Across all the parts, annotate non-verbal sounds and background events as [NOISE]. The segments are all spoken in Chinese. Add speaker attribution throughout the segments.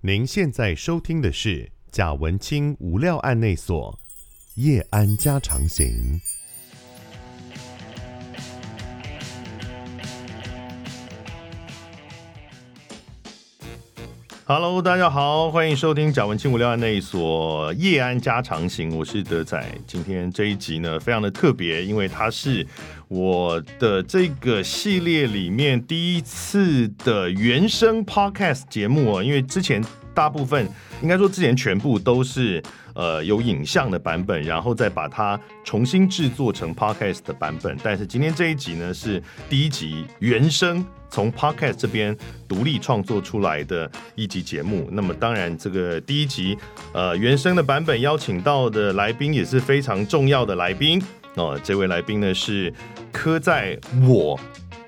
Speaker 1: 您现在收听的是贾文清无料案内所夜安家常行。Hello，大家好，欢迎收听贾文清无料案内所夜安家常行，我是德仔。今天这一集呢，非常的特别，因为它是我的这个系列里面第一次的原声 podcast 节目哦，因为之前大部分应该说之前全部都是呃有影像的版本，然后再把它重新制作成 podcast 的版本。但是今天这一集呢是第一集原声。从 Podcast 这边独立创作出来的一集节目，那么当然这个第一集，呃，原声的版本邀请到的来宾也是非常重要的来宾哦。这位来宾呢是刻在我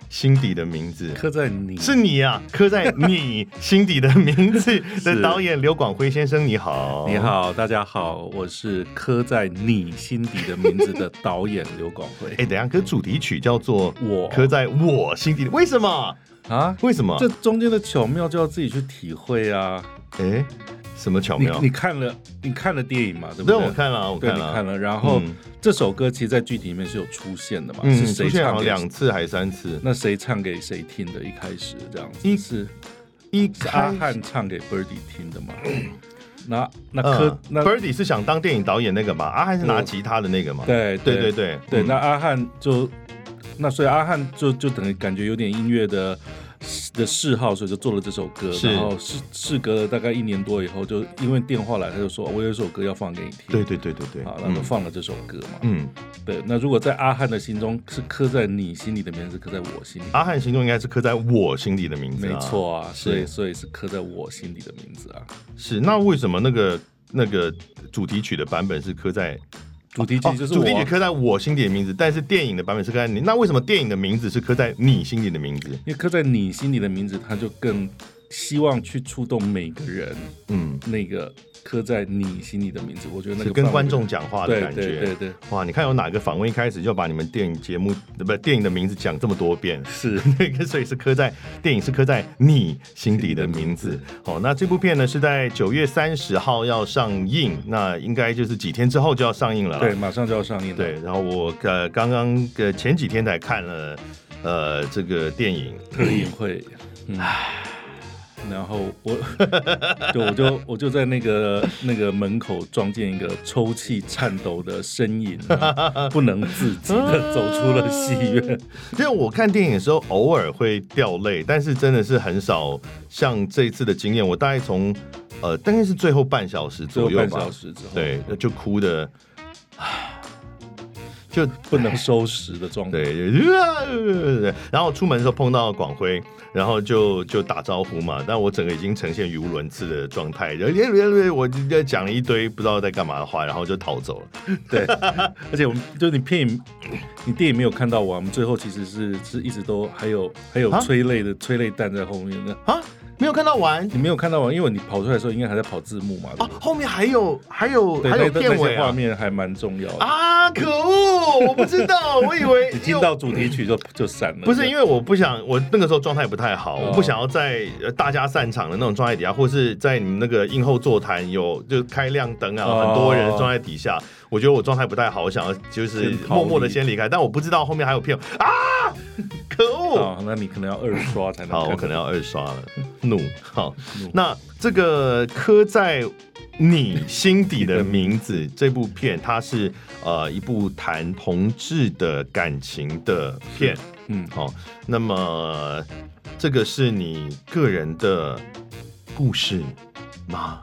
Speaker 1: 心底的名字，
Speaker 2: 刻在你
Speaker 1: 是你啊，刻在你心底的名字的导演刘广辉先生，你好，
Speaker 2: 你。好，大家好，我是刻在你心底的名字的导演刘广辉
Speaker 1: 哎、。等一下，可主题曲叫做《
Speaker 2: 嗯我
Speaker 1: 刻在我心底》，为什么？
Speaker 2: 啊，
Speaker 1: 为什么？
Speaker 2: 这中间的巧妙就要自己去体会啊。
Speaker 1: 哎、什么巧
Speaker 2: 你
Speaker 1: 妙
Speaker 2: 你？看了你看了电影嘛？对不
Speaker 1: 对，
Speaker 2: 对？
Speaker 1: 我看了，我
Speaker 2: 对
Speaker 1: 看
Speaker 2: 你
Speaker 1: 了，
Speaker 2: 看了。然后、
Speaker 1: 嗯
Speaker 2: 这首歌其实，在剧里面是有出现的嘛？
Speaker 1: 嗯，
Speaker 2: 是
Speaker 1: 出
Speaker 2: 谁
Speaker 1: 现好
Speaker 2: 唱
Speaker 1: 像
Speaker 2: 给
Speaker 1: 两次还是三次？
Speaker 2: 那谁唱给谁听的？一开始这样
Speaker 1: 一
Speaker 2: 子是
Speaker 1: 一
Speaker 2: 是
Speaker 1: 开
Speaker 2: 阿汉唱给 Birdy 听的嘛？那那
Speaker 1: 嗯
Speaker 2: 科、那
Speaker 1: Birdy 是想当电影导演那个嘛？阿汉是拿吉他的那个嘛？
Speaker 2: 对
Speaker 1: 对对对
Speaker 2: 对，
Speaker 1: 嗯
Speaker 2: 那阿汉就，那所以阿汉就就等于感觉有点音乐的的嗜好，所以就做了这首歌。
Speaker 1: 是
Speaker 2: 然后事事隔了大概一年多以后，就因为电话来，他就说我有一首歌要放给你听。
Speaker 1: 对对对对对，
Speaker 2: 好，那就
Speaker 1: 嗯
Speaker 2: 放了这首歌嘛。
Speaker 1: 嗯，
Speaker 2: 对，那如果在阿汉的心中是刻在你心里的名字，刻在我心里。
Speaker 1: 阿汉心中应该是刻在我心里的名字，
Speaker 2: 没，错啊，所
Speaker 1: 是
Speaker 2: 以所以是刻在我心里的名字啊。
Speaker 1: 是那为什么那个那个主题曲的版本是刻在
Speaker 2: 主题
Speaker 1: 哦
Speaker 2: 曲就是我
Speaker 1: 主
Speaker 2: 啊、
Speaker 1: 题曲刻在我心底的名字，但是电影的版本是刻在你，那为什么电影的名字是刻在你心里的名字？
Speaker 2: 因为刻在你心里的名字，他就更希望去触动每个人。
Speaker 1: 嗯，
Speaker 2: 那个刻在你心里的名字，我觉得那
Speaker 1: 是
Speaker 2: 个
Speaker 1: 跟
Speaker 2: 范围
Speaker 1: 观众讲话的
Speaker 2: 对
Speaker 1: 感觉。
Speaker 2: 对对对，
Speaker 1: 哇，你看有哪个访问一开始就把你们电影节目不电影的名字讲这么多遍？
Speaker 2: 是
Speaker 1: [LAUGHS] 那个所以是刻在电影是刻在你心底的名字。哦，那这部片呢是在九月三十号要上映，那应该就是几天之后就要上映了啦。啊
Speaker 2: 对，马上就要上映了。
Speaker 1: 对，然后我呃刚刚呃前几天才看了呃这个电影，
Speaker 2: 特映会，嗯，然后我， [LAUGHS] 对，我就我就在那个那个门口撞见一个抽泣颤抖的身影啊、不能自己的走出了戏
Speaker 1: [LAUGHS]
Speaker 2: 院。
Speaker 1: 因为我看电影的时候偶尔会掉泪，但是真的是很少像这一次的经验，我大概从呃大概是最后半小时
Speaker 2: 最后
Speaker 1: 左右
Speaker 2: 半
Speaker 1: 吧
Speaker 2: 小，时之后，，
Speaker 1: 对，就哭的，就
Speaker 2: 不能收拾的状态。
Speaker 1: 对， [LAUGHS] 就呃然后出门的时候碰到广辉，然后就就打招呼嘛，但我整个已经呈现语无伦次的状态，然后我就讲了一堆不知道在干嘛的话，然后就逃走了。
Speaker 2: [LAUGHS] 对，而且我们就是你片影，你电影没有看到完，我们最后其实是是一直都还有还有
Speaker 1: 啊
Speaker 2: 催泪的催泪弹在后面的。
Speaker 1: 啊，没有看到完
Speaker 2: 你没有看到完，因为你跑出来的时候应该还在跑字幕嘛。对
Speaker 1: 啊
Speaker 2: 不，
Speaker 1: 后面还有还有
Speaker 2: 对，
Speaker 1: 还有
Speaker 2: 那那
Speaker 1: 片
Speaker 2: 那
Speaker 1: 尾
Speaker 2: 些画
Speaker 1: 啊。
Speaker 2: 面还蛮重要的。
Speaker 1: 啊！可恶，我不知道，我以为
Speaker 2: [LAUGHS] 你进到主题曲就就散了。
Speaker 1: 不是因
Speaker 2: 为
Speaker 1: 为我不想，我那个时候状态不太好，
Speaker 2: 哦
Speaker 1: 我不想要在呃大家散场的那种状态底下，或是在你们那个映后座谈有就开亮灯啊，
Speaker 2: 哦
Speaker 1: 很多人的状态底下，我觉得我状态不太好，我想要就是
Speaker 2: 先逃离
Speaker 1: 默默的先离开，但我不知道后面还有片啊，可恶！
Speaker 2: 哦，那你可能要二刷才能看。
Speaker 1: [LAUGHS] 好，我可能要二刷 [LAUGHS] 了，怒。好
Speaker 2: 怒，
Speaker 1: 那这个刻在你心底的名 [LAUGHS] 字这部片，它是呃一部谈同志的感情的片。
Speaker 2: 嗯，
Speaker 1: 好、那么这个是你个人的故事吗？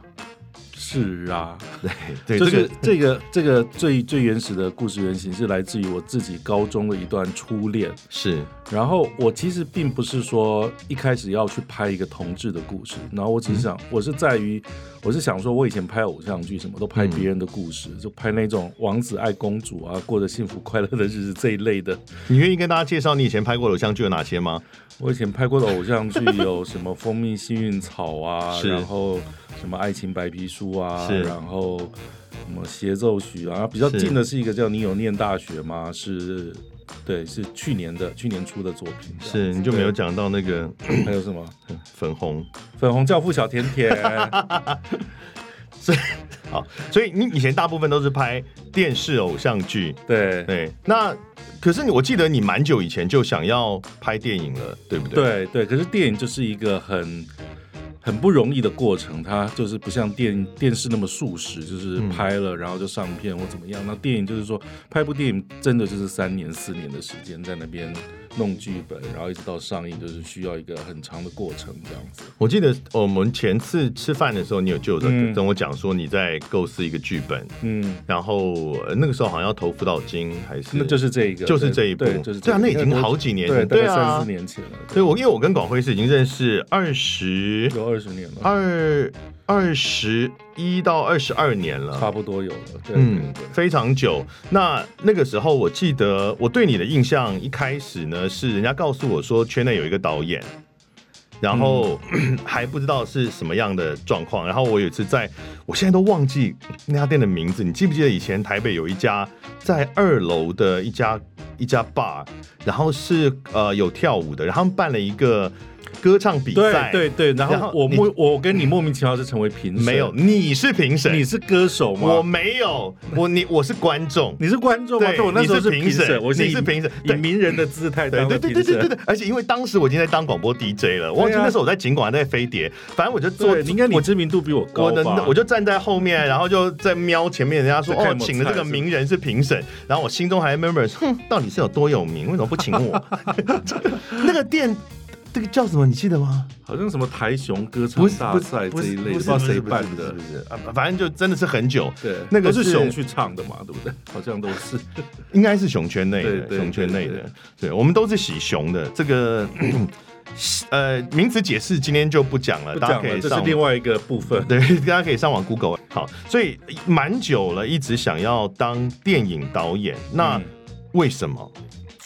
Speaker 2: 是啊，
Speaker 1: [LAUGHS] 对对，
Speaker 2: 就
Speaker 1: 这
Speaker 2: 是
Speaker 1: 个
Speaker 2: 这个这个最最原始的故事原型是来自于我自己高中的一段初恋。
Speaker 1: 是
Speaker 2: 然后我其实并不是说一开始要去拍一个同志的故事，然后我只是
Speaker 1: 嗯
Speaker 2: 想，我是在于，我是想说，我以前拍偶像剧什么都拍别人的故事，就拍那种王子爱公主啊，过着幸福快乐的日子这一类
Speaker 1: [LAUGHS]
Speaker 2: 的。
Speaker 1: 你愿意跟大家介绍你以前拍过的偶像剧有哪些吗？
Speaker 2: 我以前拍过的偶像剧有什么《蜂蜜幸运草》啊，
Speaker 1: 是
Speaker 2: 然后什么《爱情白皮书》啊，
Speaker 1: 是
Speaker 2: 然后什么《协奏曲》啊，比较
Speaker 1: 是
Speaker 2: 近的是一个叫《你有念大学吗》，是对，是去年的去年出的作品，这
Speaker 1: 是
Speaker 2: 样
Speaker 1: 你就没有讲到那 [LAUGHS] 个
Speaker 2: 还有什么
Speaker 1: 粉红，
Speaker 2: 粉红教父小甜
Speaker 1: [LAUGHS]
Speaker 2: 甜，
Speaker 1: 好，所以你以前大部分都是拍电视偶像剧，
Speaker 2: 对
Speaker 1: 对，那可是你我记得你蛮久以前就想要拍电影了，对不对？
Speaker 2: 对对，可是电影就是一个很很不容易的过程，它就是不像电电视那么速食，就是
Speaker 1: 嗯
Speaker 2: 拍了然后就上片或怎么样。那电影就是说，拍部电影真的就是三年四年的时间在那边弄剧本，然后一直到上映，就是需要一个很长的过程这样子。
Speaker 1: 我记得呃我们前次吃饭的时候，你有就着
Speaker 2: 嗯
Speaker 1: 跟我讲说你在构思一个剧本，
Speaker 2: 嗯，
Speaker 1: 然后呃那个时候好像要投辅导金还是
Speaker 2: 那就是这一个，
Speaker 1: 就是
Speaker 2: 对
Speaker 1: 这一部
Speaker 2: 对，就是
Speaker 1: 对啊
Speaker 2: 这一
Speaker 1: 那
Speaker 2: 部
Speaker 1: 已经好几年前
Speaker 2: 对，
Speaker 1: 对
Speaker 2: 大概
Speaker 1: 啊
Speaker 2: 三四年前了，
Speaker 1: 所以我因为我跟广辉是已经认识二十
Speaker 2: 有二十年了，
Speaker 1: 二二十一到二十二年了，
Speaker 2: 差不多有了，对
Speaker 1: 啊
Speaker 2: 对
Speaker 1: 嗯
Speaker 2: 对，。
Speaker 1: 非常久。那那个时候，我记得我对你的印象一开始呢，是人家告诉我说圈内有一个导演，然后、
Speaker 2: 嗯
Speaker 1: [CLEARS THROAT] 还不知道是什么样的状况。然后我有一次在，我现在都忘记那家店的名字，你记不记得以前台北有一家在二楼的一家一家 bar，然后是呃有跳舞的，然后他们办了一个歌唱比赛，
Speaker 2: 对对对，然
Speaker 1: 然后
Speaker 2: 后我
Speaker 1: 你
Speaker 2: 莫我跟你莫名其妙是成为评审，
Speaker 1: 没有，你是评审，
Speaker 2: 你是歌手吗？
Speaker 1: 我没有，我你我是观众。
Speaker 2: 你是观众吗？
Speaker 1: 对
Speaker 2: 但我那时候
Speaker 1: 你是
Speaker 2: 评
Speaker 1: 评审
Speaker 2: 我
Speaker 1: 你
Speaker 2: 以
Speaker 1: 是评审
Speaker 2: 以
Speaker 1: 对
Speaker 2: 名人的姿态
Speaker 1: 对
Speaker 2: 当
Speaker 1: 对
Speaker 2: 的
Speaker 1: 对对
Speaker 2: 评审。
Speaker 1: 对对对，而且因为当时我已经在当广播 DJ 了，我忘记
Speaker 2: 对啊
Speaker 1: 那时候我在景广还在飞碟，反正我就坐，
Speaker 2: 对，你应该你
Speaker 1: 我
Speaker 2: 知名度比我高
Speaker 1: 我
Speaker 2: 吧？
Speaker 1: 能，我就站在后面，然后就在瞄前面，人家说
Speaker 2: 在
Speaker 1: 哦
Speaker 2: 看有，没有
Speaker 1: 请的这
Speaker 2: 菜
Speaker 1: 个
Speaker 2: 是不是
Speaker 1: 名人是评审，然后我心中还 remember，哼，到底是有多有名，为什么不请 [LAUGHS] 我？那个店，这个叫什么？你记得吗？
Speaker 2: 好像什么台雄歌唱
Speaker 1: 不是
Speaker 2: 大
Speaker 1: 不是
Speaker 2: 赛
Speaker 1: 不
Speaker 2: 这
Speaker 1: 是
Speaker 2: 一类的，
Speaker 1: 不
Speaker 2: 不
Speaker 1: 是
Speaker 2: 知道
Speaker 1: 不是
Speaker 2: 谁
Speaker 1: 不是
Speaker 2: 办
Speaker 1: 不是
Speaker 2: 的
Speaker 1: 不。是啊，反正就真的是很久，
Speaker 2: 对，
Speaker 1: 那个
Speaker 2: 都
Speaker 1: 是
Speaker 2: 是熊去唱的嘛，对不对？ [LAUGHS] 好像都
Speaker 1: [LAUGHS]
Speaker 2: 是。
Speaker 1: 应该是熊圈内
Speaker 2: 对
Speaker 1: 的，
Speaker 2: 对
Speaker 1: 熊圈内
Speaker 2: 对
Speaker 1: 的
Speaker 2: 对，
Speaker 1: 对我们都是喜熊的。这个呃名词解释今天就不讲了，
Speaker 2: 不
Speaker 1: 大家
Speaker 2: 讲
Speaker 1: 可
Speaker 2: 了，
Speaker 1: 以
Speaker 2: 这
Speaker 1: 上
Speaker 2: 是另外一个部分。
Speaker 1: [LAUGHS] 对，大家可以上网 Google。好，所以蛮久了，一直想要当电影导演，那
Speaker 2: 嗯
Speaker 1: 为什么？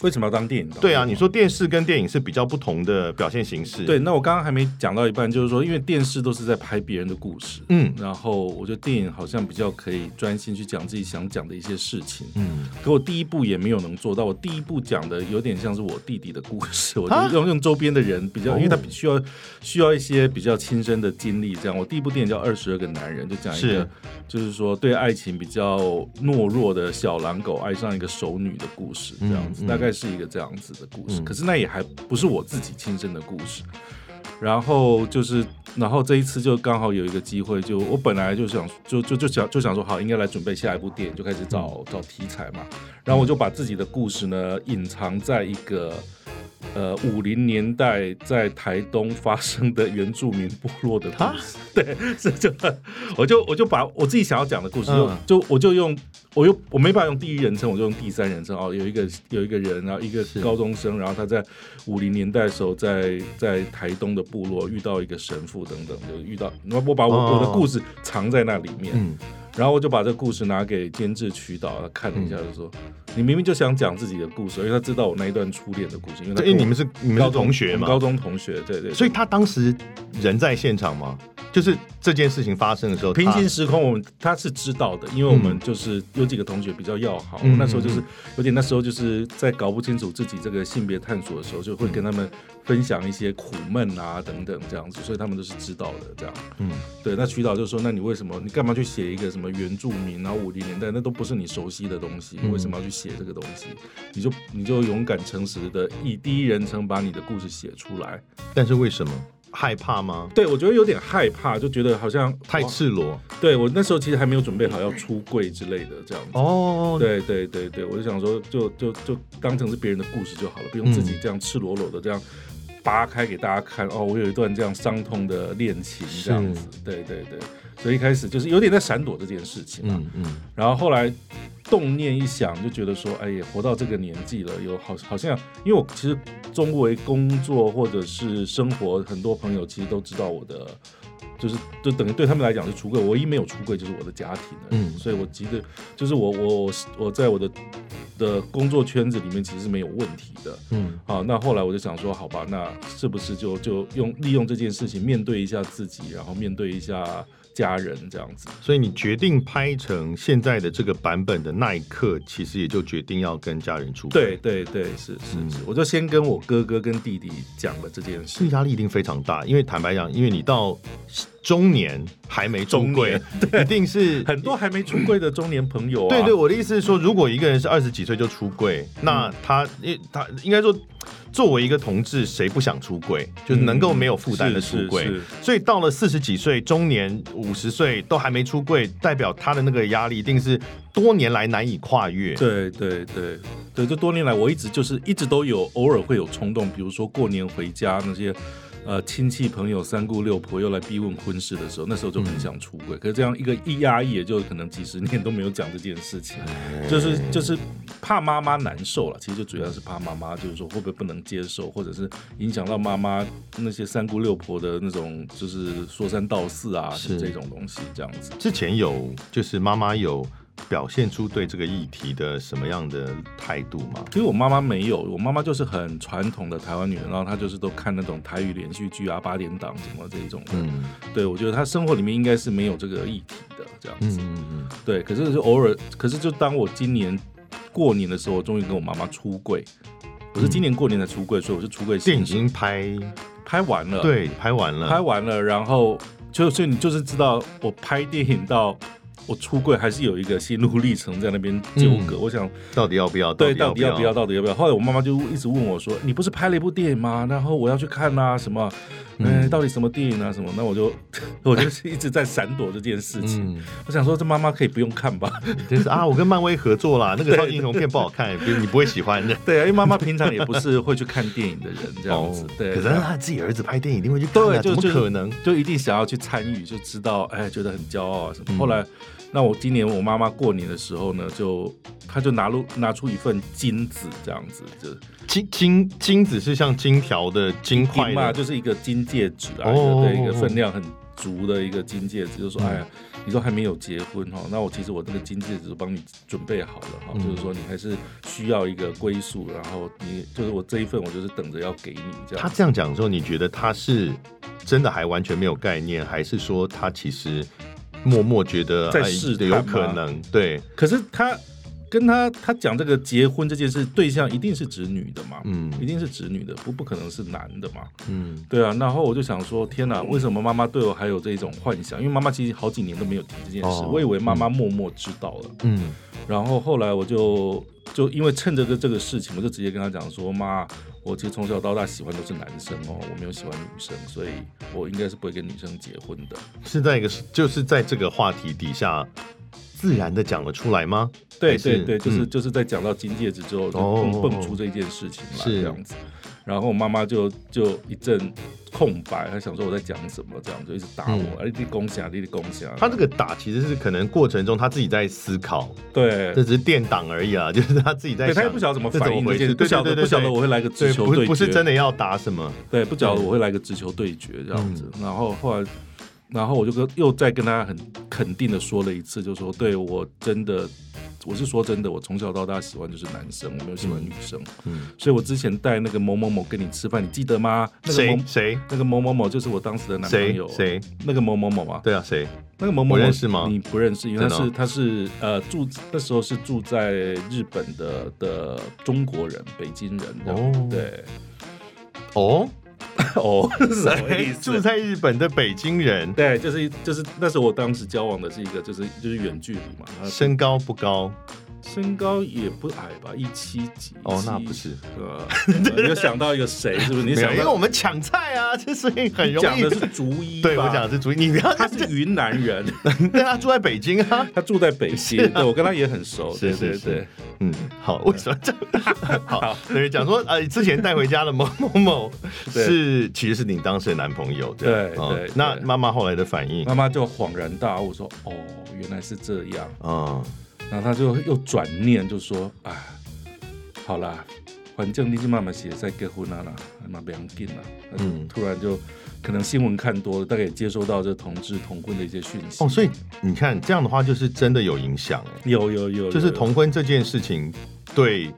Speaker 2: 为什么要当电影导演？
Speaker 1: 对啊，你说电视跟电影是比较不同的表现形式，
Speaker 2: 对，，那我刚刚还没讲到一半，就是说，因为电视都是在拍别人的故事，
Speaker 1: 嗯
Speaker 2: 然后我觉得电影好像比较可以专心去讲自己想讲的一些事情。
Speaker 1: 嗯，
Speaker 2: 可我第一部也没有能做到，我第一部讲的有点像是我弟弟的故事，我就
Speaker 1: 啊
Speaker 2: 是用用周边的人比较，
Speaker 1: 哦
Speaker 2: 因为他需要需要一些比较亲身的经历，这样。我第一部电影叫《二十二个男人》，就讲一
Speaker 1: 是
Speaker 2: 个就是说对爱情比较懦弱的小狼狗爱上一个熟女的故事，这样子，
Speaker 1: 嗯嗯
Speaker 2: 大概是一个这样子的故事。
Speaker 1: 嗯
Speaker 2: 可是那也还不是我自己亲身的故事。然后就是，然后这一次就刚好有一个机会，就我本来就想，就就就想就想说，好，应该来准备下一部电影，就开始
Speaker 1: 嗯
Speaker 2: 找找题材嘛。然后我就把自己的故事呢，隐藏在一个呃五零年代在台东发生的原住民部落的故事。 [LAUGHS] 对，这就我就我就把我自己想要讲的故事，
Speaker 1: 嗯
Speaker 2: 就就我就用我又我没办法用第一人称，我就用第三人称哦。有一个有一个人，然后一个
Speaker 1: 是
Speaker 2: 高中生，然后他在五零年代的时候在，在台东的部落遇到一个神父等等，就遇到我我把我、
Speaker 1: 哦
Speaker 2: 我的故事藏在那里面。
Speaker 1: 嗯，
Speaker 2: 然后我就把这个故事拿给监制曲导，他看了一下
Speaker 1: 嗯
Speaker 2: 就说：“你明明就想讲自己的故事，因为他知道我那一段初恋的故事，因为他
Speaker 1: 对，因为
Speaker 2: 跟我
Speaker 1: 你们是你们
Speaker 2: 高
Speaker 1: 是
Speaker 2: 中
Speaker 1: 同学
Speaker 2: 我们
Speaker 1: 嘛，
Speaker 2: 高中同学，对对。
Speaker 1: 所
Speaker 2: 以
Speaker 1: 以他当时人在现场吗？就是这件事情发生的时候，
Speaker 2: 平
Speaker 1: 他
Speaker 2: 行时空，我们他是知道的，因为我们就是有几个同学比较要好，
Speaker 1: 嗯
Speaker 2: 我那时候就是有点那时候就是在搞不清楚自己这个性别探索的时候，就会跟他们分享一些苦闷啊等等这样子，所以他们都是知道的这样。
Speaker 1: 嗯
Speaker 2: 对，那曲导就说：“那你为什么？你干嘛去写一个什么原住民，啊然后五零年代，那都不是你熟悉的东西，
Speaker 1: 嗯
Speaker 2: 为什么要去写这个东西？你就你就勇敢诚实的以第一人称把你的故事写出来。
Speaker 1: 但是为什么害怕吗？
Speaker 2: 对我觉得有点害怕，就觉得好像
Speaker 1: 太
Speaker 2: 哇
Speaker 1: 赤裸
Speaker 2: 对我那时候其实还没有准备好要出柜之类的这样子。
Speaker 1: 哦，
Speaker 2: 对对对对，我就想说就，就就当成是别人的故事就好了，不用自己这样赤裸裸的这样扒开给大家看。哦，我有一段这样伤痛的恋情，这样子。对对对，所以一开始就是有点在闪躲这件事情、啊。
Speaker 1: 嗯嗯，
Speaker 2: 然后后来动念一想，就觉得说，哎呀，活到这个年纪了，有好好像，因为我其实周围工作或者是生活，很多朋友其实都知道我的。就是，就等于对他们来讲是出柜，我唯一没有出柜就是我的家庭而已
Speaker 1: 嗯
Speaker 2: 所以我记得，就是我我我我在我的的工作圈子里面其实是没有问题的。
Speaker 1: 嗯
Speaker 2: 好，那后来我就想说，好吧，那是不是就就用利用这件事情面对一下自己，然后面对一下家人这样子？
Speaker 1: 所以你决定拍成现在的这个版本的那一刻，其实也就决定要跟家人出轨。
Speaker 2: 对，对对，是是
Speaker 1: 嗯
Speaker 2: 是，我就先跟我哥哥跟弟弟讲了这件
Speaker 1: 心
Speaker 2: 事
Speaker 1: 理。压力一定非常大，因为坦白讲，因为你到中年还没出轨，一定是
Speaker 2: 很多还没出柜的中年朋友啊，嗯
Speaker 1: 对对，我的意思是说，如果一个人是二十几岁就出柜，那他因他应该说，作为一个同志，谁不想出柜？就是能够没有负担的出柜
Speaker 2: 嗯是是。
Speaker 1: 所以到了四十几岁、中年、五十岁都还没出柜，代表他的那个压力一定是多年来难以跨越。
Speaker 2: 对对对对，这多年来我一直就是一直都有偶尔会有冲动，比如说过年回家那些。呃，亲戚朋友三姑六婆又来逼问婚事的时候，那时候就很想出轨。可是这样一个一压抑，也就可能几十年都没有讲这件事情，就是就是怕妈妈难受了。其实就主要是怕妈妈，就是说会不会不能接受，或者是影响到妈妈那些三姑六婆的那种，就是说三道四啊，
Speaker 1: 是
Speaker 2: 是这种东西这样子。
Speaker 1: 之前有就是妈妈有表现出对这个议题的什么样的态度吗？
Speaker 2: 其实我妈妈没有，我妈妈就是很传统的台湾女人，然后她就是都看那种台语连续剧啊、八点档什么这一种的。
Speaker 1: 嗯
Speaker 2: 对，我觉得她生活里面应该是没有这个议题的这样
Speaker 1: 嗯
Speaker 2: 子。
Speaker 1: 嗯嗯，
Speaker 2: 对，可是就偶尔，可是就当我今年过年的时候，我终于跟我妈妈出柜。我是今年过年才出柜，所以我是出柜
Speaker 1: 电影
Speaker 2: 信
Speaker 1: 已经
Speaker 2: 息
Speaker 1: 拍
Speaker 2: 拍完了，，
Speaker 1: 对拍完了，
Speaker 2: 拍完了，然后就所以你就是知道我拍电影到。我出柜还是有一个心路历程在那边纠
Speaker 1: 嗯
Speaker 2: 葛，我想
Speaker 1: 到底要不要？
Speaker 2: 对，
Speaker 1: 到底
Speaker 2: 到底
Speaker 1: 要
Speaker 2: 要
Speaker 1: 不
Speaker 2: 不
Speaker 1: 要
Speaker 2: 要？？到底要不要？后来我妈妈就一直问我说：“你不是拍了一部电影
Speaker 1: [LAUGHS]
Speaker 2: 吗？然后我要去看啊，什么？嗯、到底什么电影啊？什么？”那我就 [LAUGHS] 我就是一直在闪躲这件事情。
Speaker 1: 嗯。
Speaker 2: 我想说，这妈妈可以不用看吧？ [LAUGHS]
Speaker 1: 就是啊，我跟漫威合作啦，那个超级英雄片不好看，比如 [LAUGHS] 你不会喜欢的。
Speaker 2: 对啊，因为妈妈平常也不是会去看电影的人，这样子。对，
Speaker 1: 哦可是
Speaker 2: 然后
Speaker 1: 他自己儿子拍电影一定会去看、啊，
Speaker 2: 对，
Speaker 1: 怎
Speaker 2: 就
Speaker 1: 么
Speaker 2: 就
Speaker 1: 可能？
Speaker 2: 就一定想要去参与，就知道哎，觉得很骄傲啊什
Speaker 1: 嗯
Speaker 2: 么。后来，那我今年我妈妈过年的时候呢，就她就拿出拿出一份金子这样子，就
Speaker 1: 金金金子是像金条的金块
Speaker 2: 金嘛，
Speaker 1: 的，
Speaker 2: 就是一个金戒指啊，
Speaker 1: 哦嗯
Speaker 2: 对，一个分量很足的一个金戒指，就说，哎呀，你都还没有结婚哈，那我其实我这个金戒指都帮你准备好了
Speaker 1: 嗯
Speaker 2: 哈，就是说你还是需要一个归宿，然后你就是我这一份，我就是等着要给你这
Speaker 1: 他
Speaker 2: 样。
Speaker 1: 这样讲的时候，你觉得他是真的还完全没有概念，还是说他其实默默觉得
Speaker 2: 在
Speaker 1: 哎
Speaker 2: 试探
Speaker 1: 有
Speaker 2: 吗
Speaker 1: 可能？对，
Speaker 2: 可是他跟他他讲这个结婚这件事，对象一定是指女的嘛，
Speaker 1: 嗯
Speaker 2: 一定是指女的，不不可能是男的嘛。
Speaker 1: 嗯
Speaker 2: 对啊，然后我就想说，天哪，为什么妈妈对我还有这一种幻想？因为妈妈其实好几年都没有提这件事，
Speaker 1: 哦
Speaker 2: 我以为妈妈默默知道了。
Speaker 1: 嗯
Speaker 2: 然后后来我就就因为趁着这这个事情，我就直接跟他讲说：“妈，我其实从小到大喜欢都是男生哦，我没有喜欢女生，所以我应该是不会跟女生结婚的。
Speaker 1: 是在一个就是在这个话题底下自然的讲了出来吗？”还
Speaker 2: 对
Speaker 1: 是
Speaker 2: 对对，就是、
Speaker 1: 嗯
Speaker 2: 就是在讲到金戒指之后，就
Speaker 1: 哦
Speaker 2: 蹦蹦出这件事情来
Speaker 1: 是
Speaker 2: 这样子。然后我妈妈就就一阵空白，她想说我在讲什么，这样就一直打我，哎一直攻下，一直攻下。
Speaker 1: 他嗯这个打其实是可能过程中他自己在思考，
Speaker 2: 对
Speaker 1: 这。只是电档而已啊， [LAUGHS] 就是他自己在
Speaker 2: 对，
Speaker 1: 想，
Speaker 2: 她也不晓得怎么反应这
Speaker 1: 回
Speaker 2: 件事，
Speaker 1: 事，
Speaker 2: 不晓得
Speaker 1: 对对对对
Speaker 2: 不晓得我会来个直
Speaker 1: 对，
Speaker 2: 球对
Speaker 1: 不
Speaker 2: 决，
Speaker 1: 不是真的要打什么，
Speaker 2: 对，不晓得
Speaker 1: 对
Speaker 2: 我会来个直球对决这样子。然后后来，然后我就跟又再跟他很肯定的说了一次，就说对我真的，我是说真的，我从小到大喜欢就是男生，我没有喜欢女生。
Speaker 1: 嗯
Speaker 2: 所以我之前带那个某某某跟你吃饭，你记得吗？那个
Speaker 1: 谁
Speaker 2: 某
Speaker 1: 谁
Speaker 2: 那个某某某就是我当时的男朋
Speaker 1: 谁
Speaker 2: 友。
Speaker 1: 谁，
Speaker 2: 那个某某某啊，
Speaker 1: 对啊谁，
Speaker 2: 那个某某某
Speaker 1: 我认识吗
Speaker 2: 你不认识，因为他
Speaker 1: 真
Speaker 2: 是
Speaker 1: 的哦
Speaker 2: 他是呃住那时候是住在日本的的中国人，北京人。
Speaker 1: 哦
Speaker 2: 哦，对，
Speaker 1: [LAUGHS] 哦，
Speaker 2: 哦， [LAUGHS] 什么意
Speaker 1: [LAUGHS]
Speaker 2: 思
Speaker 1: 住？在日本的北京人，
Speaker 2: 对，就是就是那时候我当时交往的是一个就是就是远距离嘛，他
Speaker 1: 身高不高，
Speaker 2: 身高也不矮吧，一七几。
Speaker 1: 哦
Speaker 2: 17
Speaker 1: 那不是，
Speaker 2: 呃，呃你有想到一个谁是不是？你
Speaker 1: 没有，
Speaker 2: 想
Speaker 1: 因为我
Speaker 2: 到
Speaker 1: 们抢菜啊， [LAUGHS] 这所以很
Speaker 2: 你
Speaker 1: 容
Speaker 2: 讲
Speaker 1: 易
Speaker 2: 的。是竹一，
Speaker 1: 对我讲的，是主意，你不要
Speaker 2: 他是云南人，
Speaker 1: 但他住在北京啊。
Speaker 2: 他住在北
Speaker 1: [LAUGHS]
Speaker 2: 京，对我跟他也很熟，
Speaker 1: 是
Speaker 2: 对对
Speaker 1: 是是
Speaker 2: 对，
Speaker 1: 嗯，好，为什么
Speaker 2: [LAUGHS]
Speaker 1: 这样？好，等于讲说，呃，之前带回家的某某某
Speaker 2: 对
Speaker 1: 是其实是你当时的男朋友，这样
Speaker 2: 对
Speaker 1: 哦
Speaker 2: 对
Speaker 1: 那
Speaker 2: 对
Speaker 1: 妈妈后来的反应，
Speaker 2: 妈妈就恍然大悟说：“哦，原来是这样。
Speaker 1: 嗯，”
Speaker 2: 然后他就又转念就说：“啊，好啦，反正你就慢慢写再结婚啊啦，嘛不要紧啦。”
Speaker 1: 嗯
Speaker 2: 嗯，突然就可能新闻看多了，大概也接收到这同志同婚的一些讯息。
Speaker 1: 哦哦，所以你看这样的话，就是真的有影响哎，
Speaker 2: 有有有有，
Speaker 1: 就是
Speaker 2: 有
Speaker 1: 同婚这件事情对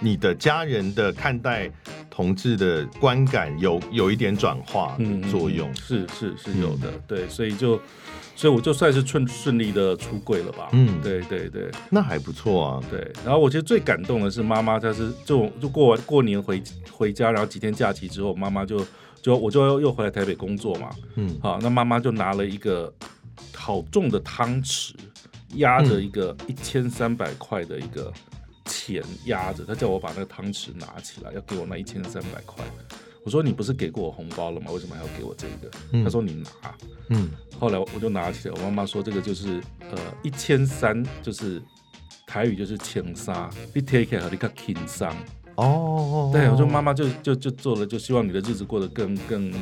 Speaker 1: 你的家人的看待同志的观感有有一点转化
Speaker 2: 嗯
Speaker 1: 的作用。嗯
Speaker 2: 是是是有的，对，所以就，所以我就算是顺顺利的出柜了吧，
Speaker 1: 嗯
Speaker 2: 对对对
Speaker 1: 那还不错啊。
Speaker 2: 对。然后我觉得最感动的是妈妈，她是就就过完过年回回家，然后几天假期之后，妈妈就就我就又又回来台北工作嘛，
Speaker 1: 嗯，
Speaker 2: 好，那妈妈就拿了一个好重的汤匙，压着一个一千三百块的一个钱压着，她叫我把那个汤匙拿起来，要给我那一千三百块。我说你不是给过我红包了吗？为什么还要给我这个？
Speaker 1: 嗯
Speaker 2: 她说你拿。
Speaker 1: 嗯，
Speaker 2: 后来我就拿起来，我妈妈说这个就是呃一千三，就是台语就是千杀，你 take 和你个轻伤。
Speaker 1: 哦，
Speaker 2: 对，我说妈妈就就就做了，就希望你的日子过得更更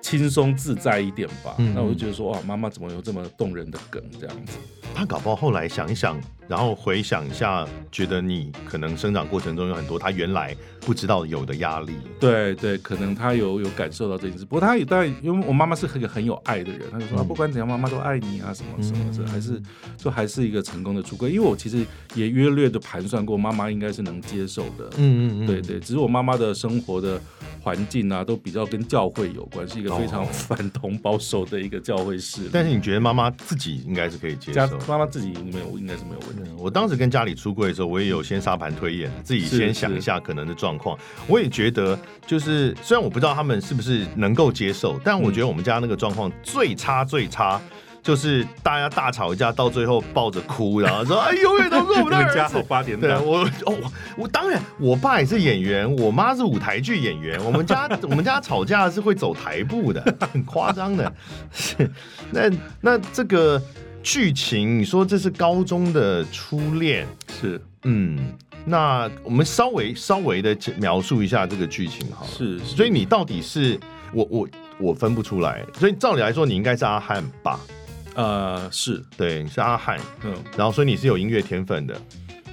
Speaker 2: 轻松自在一点吧。
Speaker 1: 嗯
Speaker 2: 那我就觉得说哇，妈妈怎么有这么动人的梗这样子？
Speaker 1: 他搞不好后来想一想，然后回想一下，觉得你可能生长过程中有很多他原来不知道有的压力。
Speaker 2: 对对，可能她有有感受到这件事，不过她也当然，因为我妈妈是很个很有爱的人，她就说、啊
Speaker 1: 嗯
Speaker 2: 不管怎样，妈妈都爱你啊，什么什么的，
Speaker 1: 嗯
Speaker 2: 还是就还是一个成功的出柜。因为我其实也约略的盘算过，妈妈应该是能接受的。
Speaker 1: 嗯
Speaker 2: 对，对，只是我妈妈的生活的环境啊，都比较跟教会有关，是一个非常
Speaker 1: 哦
Speaker 2: 反同保守的一个教会势力。
Speaker 1: 但是你觉得妈妈自己应该是可以接
Speaker 2: 家
Speaker 1: 受？
Speaker 2: 妈妈自己没有，应该是没有问题。
Speaker 1: 嗯我当时跟家里出柜的时候，我也有先沙盘推演，自己先想一下可能的状况。我也觉得，就是虽然我不知道他们是不是能够接受，但我觉得我们家那个状况最差最差。就是大家大吵一架，到最后抱着哭，然后说：“哎，永远都是我
Speaker 2: [LAUGHS]
Speaker 1: 们的儿子。”
Speaker 2: 八点
Speaker 1: 对啊，我哦，我我当然，我爸也是演员，我妈是舞台剧演员。我们家我们家吵架是会走台步的，很夸张的。 [LAUGHS] 是，那那这个剧情，你说这是高中的初恋，
Speaker 2: 是
Speaker 1: 嗯，那我们稍微稍微的描述一下这个剧情好了。
Speaker 2: 是，
Speaker 1: 所以你到底是我我我分不出来，所以照理来说你应该是阿汉吧？
Speaker 2: 呃是
Speaker 1: 对，你是阿汉，
Speaker 2: 嗯，
Speaker 1: 然后所以你是有音乐天分的，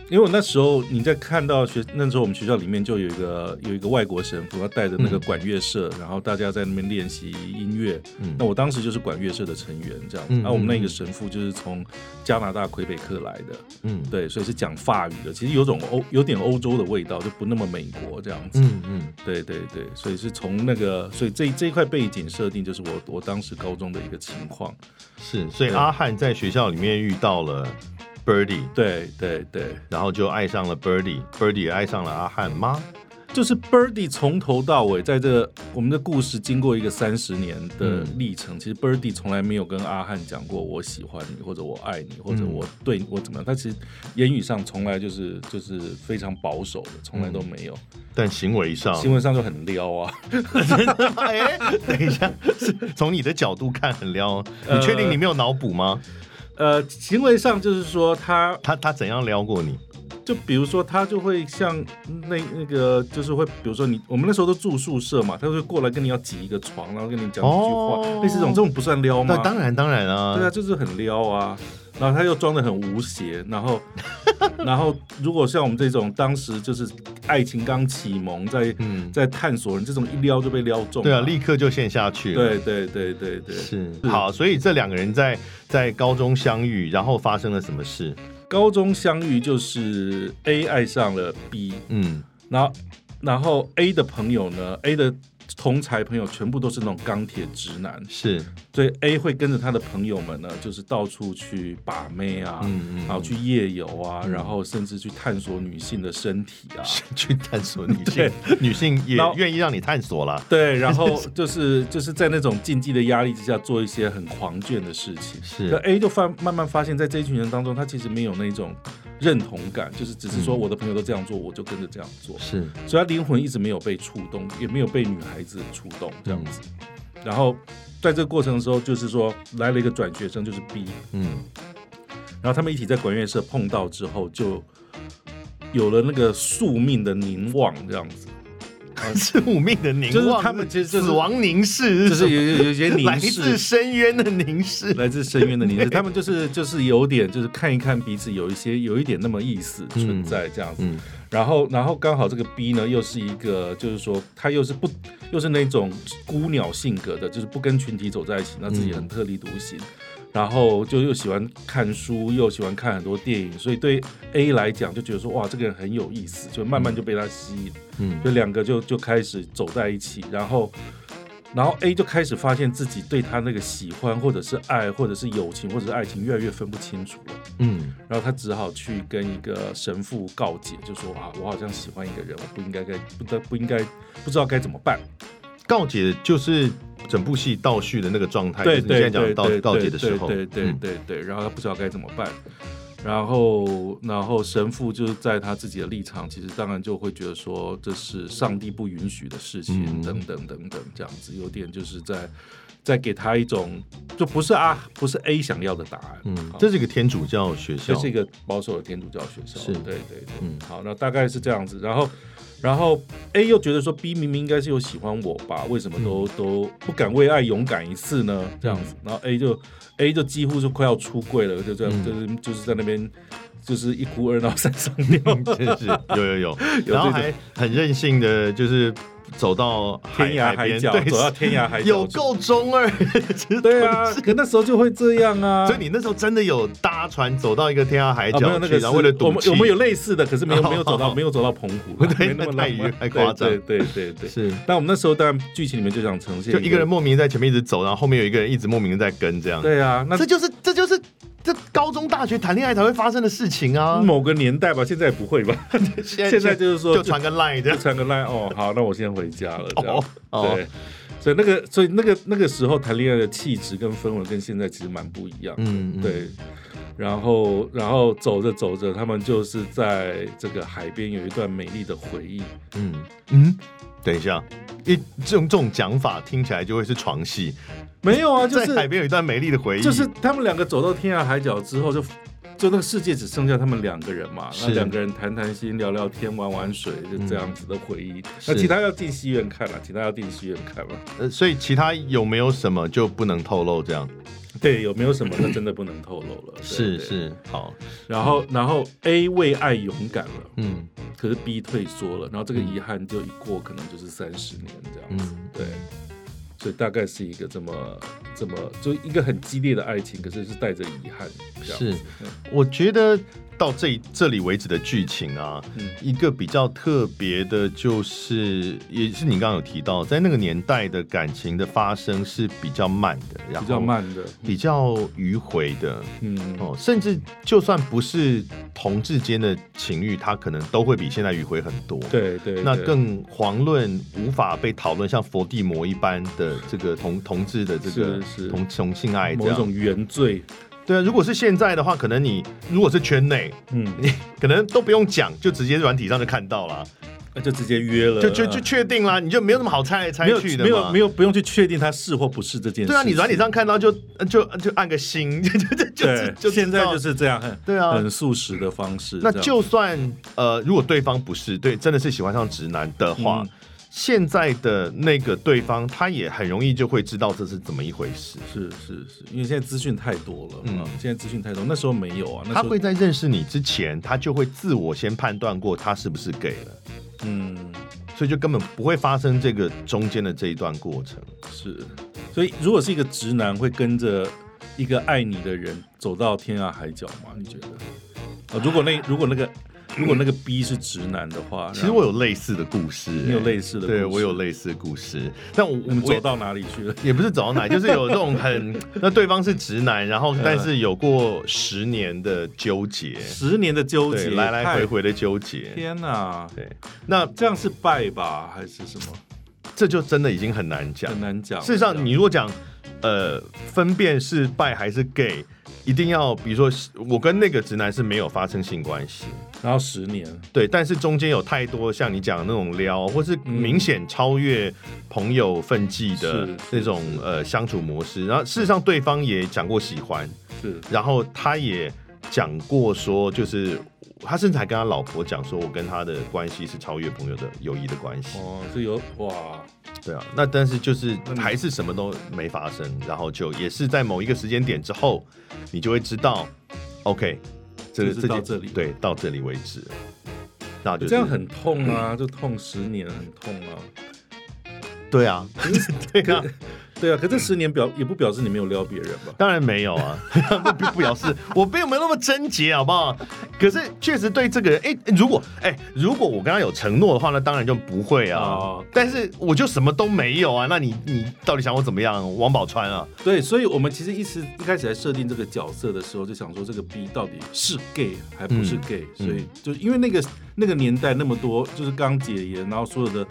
Speaker 2: 因为我那时候你在看到学那时候我们学校里面就有一个有一个外国神父，他带着那个管乐社，然后大家在那边练习音乐。
Speaker 1: 嗯
Speaker 2: 那我当时就是管乐社的成员这样子。啊
Speaker 1: 嗯
Speaker 2: 那、我们那个神父就是从加拿大魁北克来的，
Speaker 1: 嗯
Speaker 2: 对，所以是讲法语的，其实有种欧有点欧洲的味道，就不那么美国这样子。
Speaker 1: 嗯嗯。
Speaker 2: 对对对，所以是从那个，所以这这一块背景设定就是我我当时高中的一个情况。
Speaker 1: 是，所以
Speaker 2: 对
Speaker 1: 阿汉在学校里面遇到了 Birdy，
Speaker 2: 对对对，
Speaker 1: 然后就爱上了 Birdy，Birdy 也爱上了阿汉吗？
Speaker 2: 就是 Birdy 从头到尾在这个我们的故事经过一个三十年的
Speaker 1: 嗯
Speaker 2: 历程，其实 Birdy 从来没有跟阿汉讲过我喜欢你，或者我爱你，或者
Speaker 1: 嗯
Speaker 2: 我对你我怎么样。他其实言语上从来就是就是非常保守的，从来都
Speaker 1: 嗯
Speaker 2: 没有。
Speaker 1: 但行为上，
Speaker 2: 新闻上就很撩啊，
Speaker 1: [LAUGHS] 哎，等一下，是从你的角度看很撩哦，你确定你没有脑补吗？
Speaker 2: 呃，行为上就是说他
Speaker 1: 他他怎样撩过你？
Speaker 2: 就比如说，他就会像那那个，就是会，比如说你，我们那时候都住宿舍嘛，他就会过来跟你要挤一个床，然后跟你讲几句话，
Speaker 1: 哦
Speaker 2: 类似这种，这种不算撩吗
Speaker 1: 那？当然当然啊，
Speaker 2: 对啊，就是很撩啊。然后他又装的很无邪，然后， [LAUGHS] 然后如果像我们这种当时就是爱情刚启蒙，在
Speaker 1: 嗯，
Speaker 2: 在探索人这种一撩就被撩中，
Speaker 1: 对啊，立刻就陷下去了。
Speaker 2: 对对对对对，
Speaker 1: 是好，所以这两个人在在高中相遇，然后发生了什么事？
Speaker 2: 高中相遇就是 A 爱上了 B，
Speaker 1: 嗯，
Speaker 2: 然后然后 A 的朋友呢，A 的同才朋友全部都是那种钢铁直男，
Speaker 1: 是，
Speaker 2: 所以 A 会跟着他的朋友们呢，就是到处去把妹啊，
Speaker 1: 嗯嗯
Speaker 2: 然后去夜游啊，然后甚至去探索女性的身体
Speaker 1: [LAUGHS]
Speaker 2: 啊。
Speaker 1: 去探索女性
Speaker 2: 对，
Speaker 1: 女性也
Speaker 2: 然后
Speaker 1: 愿意让你探索啦。
Speaker 2: 对，然后 [LAUGHS] 就是就是在那种竞技的压力之下，做一些很狂卷的事情。
Speaker 1: 是
Speaker 2: 那 A 就发慢慢发现，在这一群人当中，他其实没有那种认同感，就是只是
Speaker 1: 嗯
Speaker 2: 说我的朋友都这样做，我就跟着这样做。
Speaker 1: 是，
Speaker 2: 所以他灵魂一直没有被触动，也没有被女孩子触动这样子。然后在这个过程的时候，就是说来了一个转学生，就是 B，
Speaker 1: 嗯。
Speaker 2: 然后他们一起在管乐社碰到之后，就有了那个宿命的凝望这样子，
Speaker 1: 宿命的凝望，
Speaker 2: 就是他们其实就是
Speaker 1: 死亡凝视，
Speaker 2: 就是有有有一些
Speaker 1: 什么来
Speaker 2: 凝
Speaker 1: 自
Speaker 2: 视。
Speaker 1: 深渊的凝视。
Speaker 2: 来自深渊的凝视，他们就是就是有点就是看一看彼此有一些有一点那么意思存在这样子，
Speaker 1: 嗯
Speaker 2: 然后然后刚好这个 B 呢又是一个就是说他又是不又是那种孤鸟性格的，就是不跟群体走在一起，那自己很特立独行。然后就又喜欢看书，又喜欢看很多电影，所以对 A 来讲就觉得说哇，这个人很有意思，就慢慢就被他吸引，
Speaker 1: 嗯
Speaker 2: 就两个就就开始走在一起，然后。然后 A 就开始发现自己对他那个喜欢，或者是爱，或者是友情，或者是爱情，越来越分不清楚了。
Speaker 1: 嗯
Speaker 2: 然后他只好去跟一个神父告解，就说啊，我好像喜欢一个人，我不应该该不得不应该不知道该怎么办。
Speaker 1: 告解就是整部戏倒叙的那个状态，就是
Speaker 2: 对
Speaker 1: 你
Speaker 2: 对
Speaker 1: 现在讲
Speaker 2: 对
Speaker 1: 到
Speaker 2: 对
Speaker 1: 告解的时候，
Speaker 2: 对对
Speaker 1: 嗯
Speaker 2: 对对，然后他不知道该怎么办，然后然后神父就是在他自己的立场，其实当然就会觉得说这是上帝不允许的事
Speaker 1: 嗯
Speaker 2: 情，等等等等，这样子有点就是在在给他一种就不是啊不是 A 想要的答案，
Speaker 1: 嗯，
Speaker 2: 好
Speaker 1: 这是一个天主教学校
Speaker 2: 这，是一个保守的天主教学校，
Speaker 1: 是
Speaker 2: 对对对，
Speaker 1: 嗯
Speaker 2: 好，那大概是这样子，然后。然后 A 又觉得说 B 明明应该是有喜欢我吧，为什么
Speaker 1: 嗯
Speaker 2: 都、都不敢为爱勇敢一次呢？这样子，然后 A 就 A 就几乎是快要出柜了，就这
Speaker 1: 嗯
Speaker 2: 样、就是就是在那边就是一哭二闹三上吊，
Speaker 1: 真 [LAUGHS] 是有有有，然后
Speaker 2: 这种
Speaker 1: 还很任性的，就是走到海
Speaker 2: 天涯
Speaker 1: 海
Speaker 2: 海
Speaker 1: 边
Speaker 2: 角
Speaker 1: 对
Speaker 2: 走到天涯海角，
Speaker 1: 有够中二，
Speaker 2: 对啊，可那时候就会这样啊，
Speaker 1: [LAUGHS] 所以你那时候真的有搭船走到一个天涯海
Speaker 2: 啊，没有
Speaker 1: 角
Speaker 2: 那
Speaker 1: 去，
Speaker 2: 个
Speaker 1: 然
Speaker 2: 是
Speaker 1: 后为了赌
Speaker 2: 我们
Speaker 1: 气，
Speaker 2: 我们有类似的，可是没有没有走
Speaker 1: 哦
Speaker 2: 到没有走到澎湖啦，
Speaker 1: [LAUGHS] 对
Speaker 2: 没那么
Speaker 1: 那太
Speaker 2: 浪漫
Speaker 1: 远太夸张
Speaker 2: 对对对对对。
Speaker 1: 是
Speaker 2: 那我们那时候当然剧情里面就想呈现，
Speaker 1: 就一个人，莫名在前面一直走，然后后面有一个人一直莫名的在跟这样，
Speaker 2: 对啊，那
Speaker 1: 这就是这就是这高中大学谈恋爱才会发生的事情啊。
Speaker 2: 某个年代吧，现在也不会
Speaker 1: [LAUGHS]
Speaker 2: 吧？
Speaker 1: 现
Speaker 2: 现在就是说
Speaker 1: 就传个 line 这
Speaker 2: 就
Speaker 1: 样，
Speaker 2: 传个 line 哦，好，那我先回家了，这样
Speaker 1: 哦哦
Speaker 2: 对。所以那个，所以那个那个时候谈恋爱的气质跟氛围跟现在其实蛮不一样的，
Speaker 1: 嗯嗯
Speaker 2: 对。然后，然后走着走着，他们就是在这个海边有一段美丽的回忆，
Speaker 1: 嗯嗯，等一下。一这种这种讲法听起来就会是床戏，
Speaker 2: 没有啊，就是
Speaker 1: 在海边有一段美丽的回忆，
Speaker 2: 就是他们两个走到天涯海角之后就，就那个世界只剩下他们两个人嘛，
Speaker 1: 是
Speaker 2: 那两个人谈谈心、聊聊天、玩玩水，就这样子的回忆。那
Speaker 1: 嗯是
Speaker 2: 其他要进戏院看了，其他要进戏院看了。
Speaker 1: 呃，所以其他有没有什么就不能透露这样？
Speaker 2: 对，有没有什么那真的不能透露了。对
Speaker 1: 是。
Speaker 2: 对
Speaker 1: 是，好，
Speaker 2: 然后，然后 A 为爱勇敢了，
Speaker 1: 嗯
Speaker 2: 可是 B 退缩了，然后这个遗憾就一过，可能就是三十年这样子。
Speaker 1: 嗯，
Speaker 2: 对。所以大概是一个这么这么就一个很激烈的爱情，可是是带着遗憾这样子。
Speaker 1: 是，我觉得到这这里为止的剧情啊，
Speaker 2: 嗯
Speaker 1: 一个比较特别的，就是也是你刚刚有提到，在那个年代的感情的发生是比较慢的，然后
Speaker 2: 比较，慢的，
Speaker 1: 比较迂回的。
Speaker 2: 嗯，
Speaker 1: 哦，甚至就算不是同志间的情欲，它可能都会比现在迂回很多。
Speaker 2: 对对，
Speaker 1: 那
Speaker 2: 对
Speaker 1: 更遑论无法被讨论像佛地魔一般的这个同同志的这个
Speaker 2: 是是
Speaker 1: 同同性爱这
Speaker 2: 某一
Speaker 1: 样。
Speaker 2: 种原罪，
Speaker 1: 对啊，如果是现在的话，可能你如果是圈内，
Speaker 2: 嗯，
Speaker 1: 可能都不用讲，就直接软体上就看到了，
Speaker 2: [LAUGHS] 那就直接约了，
Speaker 1: 就就就确定啦，你就没有什么好猜来猜
Speaker 2: 没有
Speaker 1: 去的
Speaker 2: 没有没
Speaker 1: 有。
Speaker 2: 有不用去确定他是或不是这件事
Speaker 1: 对
Speaker 2: 情。
Speaker 1: 啊，你软体上看到就呃就就按个心， [LAUGHS] 就就就就
Speaker 2: 对，
Speaker 1: 就。
Speaker 2: 现在就是是这样，很
Speaker 1: 对啊
Speaker 2: 很速食的方式。
Speaker 1: 那
Speaker 2: 这样
Speaker 1: 就算呃，如果对方不是对，真的是喜欢上直男的话，
Speaker 2: 嗯
Speaker 1: 现在的那个对方他也很容易就会知道这是怎么一回事。
Speaker 2: 是是是，因为现在资讯太多了，
Speaker 1: 嗯
Speaker 2: 嗯，现在资讯太多，那时候没有啊，那
Speaker 1: 他
Speaker 2: 时候
Speaker 1: 会在认识你之前，他就会自我先判断过他是不是 gay 了，
Speaker 2: 嗯
Speaker 1: 所以就根本不会发生这个中间的这一段过程。
Speaker 2: 是，所以如果是一个直男会跟着一个爱你的人走到天涯海角吗？你觉得？啊，如果那如果那个如果那个 B 是直男的话，
Speaker 1: 其实我有类似的故事、欸
Speaker 2: 你有类似的故事
Speaker 1: 对我有类似的故事，但我
Speaker 2: 你们
Speaker 1: 我也
Speaker 2: 走到哪里去了？
Speaker 1: 也不是走到哪，就是有这种
Speaker 2: [LAUGHS]
Speaker 1: 很那对方是直男，然
Speaker 2: 嗯
Speaker 1: 后但是有过十年的纠结，
Speaker 2: 十年的纠结，
Speaker 1: 对来来回
Speaker 2: 太。
Speaker 1: 回的纠结。
Speaker 2: 天哪，
Speaker 1: 对，那
Speaker 2: 这样是败吧，还是什么？
Speaker 1: 这就真的已经很难讲
Speaker 2: 很。难讲。
Speaker 1: 事实上，你如果讲呃分辨是拜还是 gay，一定要比如说我跟那个直男是没有发生性关系，
Speaker 2: 然后十年，
Speaker 1: 对，但是中间有太多像你讲的那种撩，或
Speaker 2: 嗯
Speaker 1: 是明显超越朋友分际的
Speaker 2: 是
Speaker 1: 那种呃相处模式。然后事实上，对方也讲过喜欢，
Speaker 2: 是
Speaker 1: 然后他也讲过说，就是他甚至还跟他老婆讲说，我跟他的关系是超越朋友的友谊的关系。
Speaker 2: 哦，这有哇，
Speaker 1: 对啊，那但是就是
Speaker 2: 那你
Speaker 1: 还是什么都没发生，然后就也是在某一个时间点之后，你就会知道，OK，这个
Speaker 2: 就是
Speaker 1: 件
Speaker 2: 到这里
Speaker 1: 对，到这里为止。那就是
Speaker 2: 这样很痛啊，就痛十年，很痛啊。 [LAUGHS]
Speaker 1: [LAUGHS] 对啊，对啊，
Speaker 2: 对啊，可这十年表也不表示你没有撩别人吧？
Speaker 1: 当然没有啊， [LAUGHS] 不不表示我并没有那么贞洁，好不好？可是确实对这个人，哎、如果哎、如果我跟他有承诺的话，那当然就不会啊。
Speaker 2: 哦
Speaker 1: 但是我就什么都没有啊，那你你到底想我怎么样？王宝钏啊，
Speaker 2: 对，所以我们其实一直一开始在设定这个角色的时候，就想说这个 B 到底是 gay 还不是
Speaker 1: 嗯
Speaker 2: gay，、所以就因为那个那个年代那么多，就是刚解严，然后所有的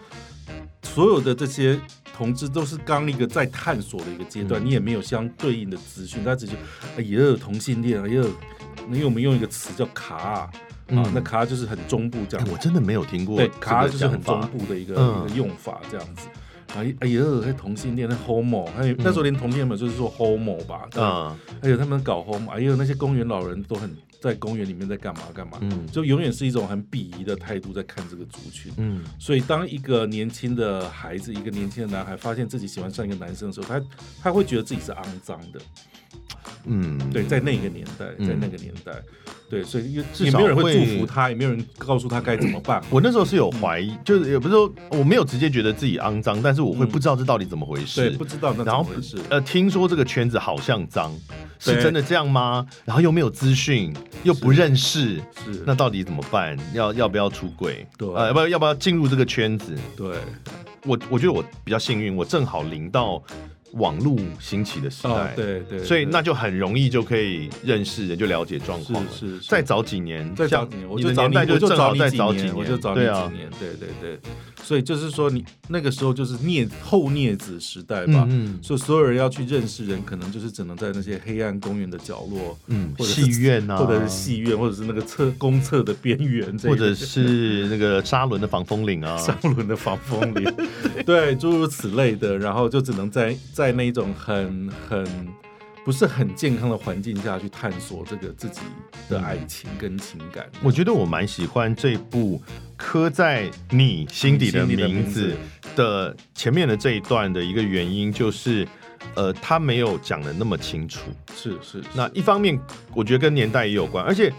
Speaker 2: 所有的这些同志都是刚一个在探索的一个阶段，
Speaker 1: 嗯
Speaker 2: 你也没有相对应的资讯，他只是哎也有同性恋，啊也有，因为我们用一个词叫卡啊，
Speaker 1: 嗯
Speaker 2: 啊那卡就是很中部这
Speaker 1: 哎
Speaker 2: 样，
Speaker 1: 我真的没有听过
Speaker 2: 对
Speaker 1: 这，个
Speaker 2: 卡就是很
Speaker 1: 讲法
Speaker 2: 中部的一个、
Speaker 1: 嗯
Speaker 2: 一个用法这样子。哎哎呦，还同性恋，那 homo，还有那时候连同性恋嘛，就是说 homo 吧，嗯，
Speaker 1: 嗯
Speaker 2: 还有他们搞 homo，哎呦，那些公园老人都很在公园里面在干嘛干嘛，
Speaker 1: 嗯
Speaker 2: 就永远是一种很鄙夷的态度在看这个族群。
Speaker 1: 嗯，
Speaker 2: 所以，当一个年轻的孩子，一个年轻的男孩发现自己喜欢上一个男生的时候，他他会觉得自己是肮脏的。
Speaker 1: 嗯，
Speaker 2: 对，在那个年代，
Speaker 1: 嗯
Speaker 2: 在那个年代，对，所以也
Speaker 1: 至
Speaker 2: 也
Speaker 1: 少
Speaker 2: 没有人会
Speaker 1: 会
Speaker 2: 祝福他，也没有人告诉他该怎么办。
Speaker 1: 我那时候是有怀
Speaker 2: 嗯
Speaker 1: 疑，就是也不是说我没有直接觉得自己肮脏，但是我会不知道这到底怎么回事。
Speaker 2: 对，不知道那怎
Speaker 1: 然后
Speaker 2: 么回事。
Speaker 1: 呃，听说这个圈子好像脏，是
Speaker 2: 对
Speaker 1: 真的这样吗？然后又没有资讯，又不认识，
Speaker 2: 是，
Speaker 1: 那到底怎么办？要要不要出轨？
Speaker 2: 对
Speaker 1: 呃，要不要要不要进入这个圈子？
Speaker 2: 对
Speaker 1: 我我觉得我比较幸运，我正好临到网络兴起的时代，
Speaker 2: 哦，对对，
Speaker 1: 所以
Speaker 2: 对
Speaker 1: 那就很容易就可以认识人，就了解状况了。
Speaker 2: 是是是
Speaker 1: 再早几年，
Speaker 2: 再找
Speaker 1: 像
Speaker 2: 几年，我
Speaker 1: 你
Speaker 2: 就
Speaker 1: 的
Speaker 2: 找
Speaker 1: 年
Speaker 2: 你，
Speaker 1: 代
Speaker 2: 我就
Speaker 1: 正好
Speaker 2: 找
Speaker 1: 再
Speaker 2: 你几
Speaker 1: 早几
Speaker 2: 年，我就找你
Speaker 1: 对啊
Speaker 2: 几，年，对对对，所以就是说你那个时候就是镊后镊子时代吧。
Speaker 1: 嗯
Speaker 2: 所以所有人要去认识人，可能就是只能在那些黑暗公园的角落，
Speaker 1: 嗯，
Speaker 2: 或者是
Speaker 1: 戏院啊，
Speaker 2: 或者是戏院，或者是那个厕公厕的边缘这一
Speaker 1: 或
Speaker 2: 类的，
Speaker 1: 者是那个沙伦的防风岭 [LAUGHS] 啊，
Speaker 2: 上轮的防风林， [LAUGHS] 对，诸如此类的，然后就只能在在那种很很不是很健康的环境下去探索这个自己的爱情跟情感。
Speaker 1: 我觉得我蛮喜欢这部刻在你心底的
Speaker 2: 心里的
Speaker 1: 名
Speaker 2: 名字
Speaker 1: 字的前面的这一段的一个原因就是。呃，他没有讲的那么清楚。
Speaker 2: 是是是
Speaker 1: 那一方面，我觉得跟年代也有关，而且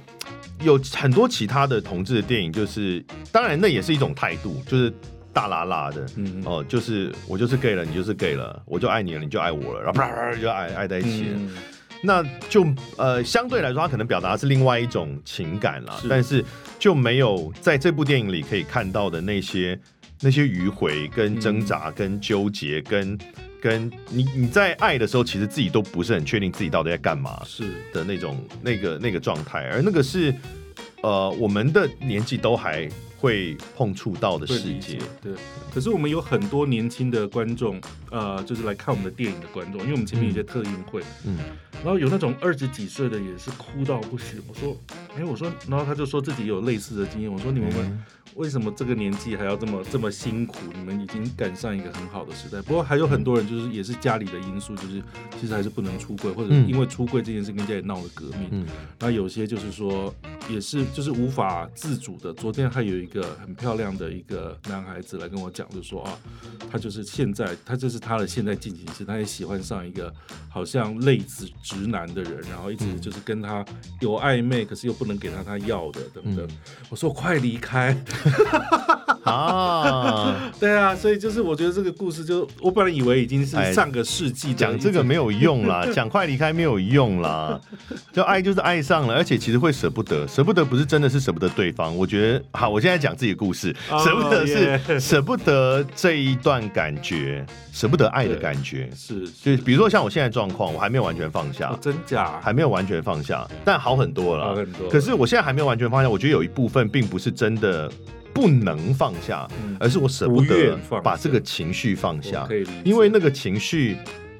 Speaker 1: 有很多其他的同志的电影，就是当然那也是一种态度，就是大拉拉的，
Speaker 2: 嗯
Speaker 1: 哦、就是我就是 gay 了，你就是 gay 了，我就爱你了，你就爱我了，然后啪啪啪就爱爱在一起了。
Speaker 2: 嗯
Speaker 1: 那就呃，相对来说，他可能表达的是另外一种情感啦，
Speaker 2: 是
Speaker 1: 但是就没有在这部电影里可以看到的那些那些迂回、跟挣扎、
Speaker 2: 嗯
Speaker 1: 跟纠结、跟跟你你在爱的时候，其实自己都不是很确定自己到底在干嘛
Speaker 2: 是
Speaker 1: 的那种那个那个状态，而那个是呃，我们的年纪都还会碰触到的
Speaker 2: 对
Speaker 1: 世
Speaker 2: 理
Speaker 1: 界
Speaker 2: 解，对。可是我们有很多年轻的观众，呃，就是来看我们的电影的观众，因为我们前面有些特映会，
Speaker 1: 嗯，
Speaker 2: 然后有那种二十几岁的也是哭到不行。我说，哎，我说，然后他就说自己有类似的经验。我说，你们
Speaker 1: 嗯
Speaker 2: 为什么这个年纪还要这么这么辛苦？你们已经赶上一个很好的时代。不过还
Speaker 1: 嗯
Speaker 2: 有很多人就是也是家里的因素，就是其实还是不能出柜，或者
Speaker 1: 嗯
Speaker 2: 因为出柜这件事跟家里闹了革命。
Speaker 1: 嗯
Speaker 2: 那有些就是说，也是就是无法自主的。昨天还有一个很漂亮的一个男孩子来跟我讲，就说啊，他就是现在，他就是他的现在进行时，他也喜欢上一个好像类似直男的人，然后一
Speaker 1: 嗯
Speaker 2: 直就是跟他有暧昧，可是又不能给他他要的等
Speaker 1: 嗯
Speaker 2: 等。我说快离开， [LAUGHS]
Speaker 1: 啊，
Speaker 2: 对啊，所以就是我觉得这个故事就，我本来以为已经是
Speaker 1: 哎
Speaker 2: 上个世纪的
Speaker 1: 讲这个
Speaker 2: 一种
Speaker 1: 没有用
Speaker 2: [LAUGHS]
Speaker 1: 啦，讲快离开没有用啦，就爱就是爱上了，而且其实会舍不得，舍不得不是真的是舍不得对方，我觉得好，我现在讲自己的故事，
Speaker 2: 哦
Speaker 1: 舍不得是
Speaker 2: 耶
Speaker 1: 舍不得这一段感觉，舍不得爱的
Speaker 2: 对
Speaker 1: 感觉，
Speaker 2: 是是、
Speaker 1: 就比如说像我现在的状况，我还没有完全放下
Speaker 2: 哦、，真假，
Speaker 1: 还没有完全放下，但好很多
Speaker 2: 好
Speaker 1: 了
Speaker 2: 很。多
Speaker 1: 可是我现在还没有完全放下，我觉得有一部分并不是真的不能放下，
Speaker 2: 嗯
Speaker 1: 而是我舍不
Speaker 2: 不
Speaker 1: 得
Speaker 2: 愿放下
Speaker 1: 把这个情绪放下
Speaker 2: 我可以理解，
Speaker 1: 呃因为那个情绪，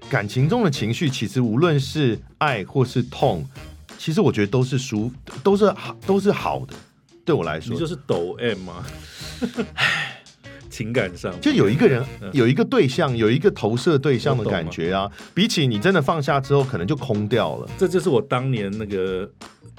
Speaker 1: 感情中的情绪，其实无论是爱或是痛，其实我觉得都是舒，都是好，都是好的。对我来说
Speaker 2: 你就，是抖 M 吗？ [LAUGHS] 情感上
Speaker 1: 就有一个人
Speaker 2: 嗯，
Speaker 1: 有一个对象，有一个投射对象的
Speaker 2: 我懂
Speaker 1: 感
Speaker 2: 了
Speaker 1: 觉啊，比起你真的放下之后，可能就空掉了。
Speaker 2: 这就是我当年那个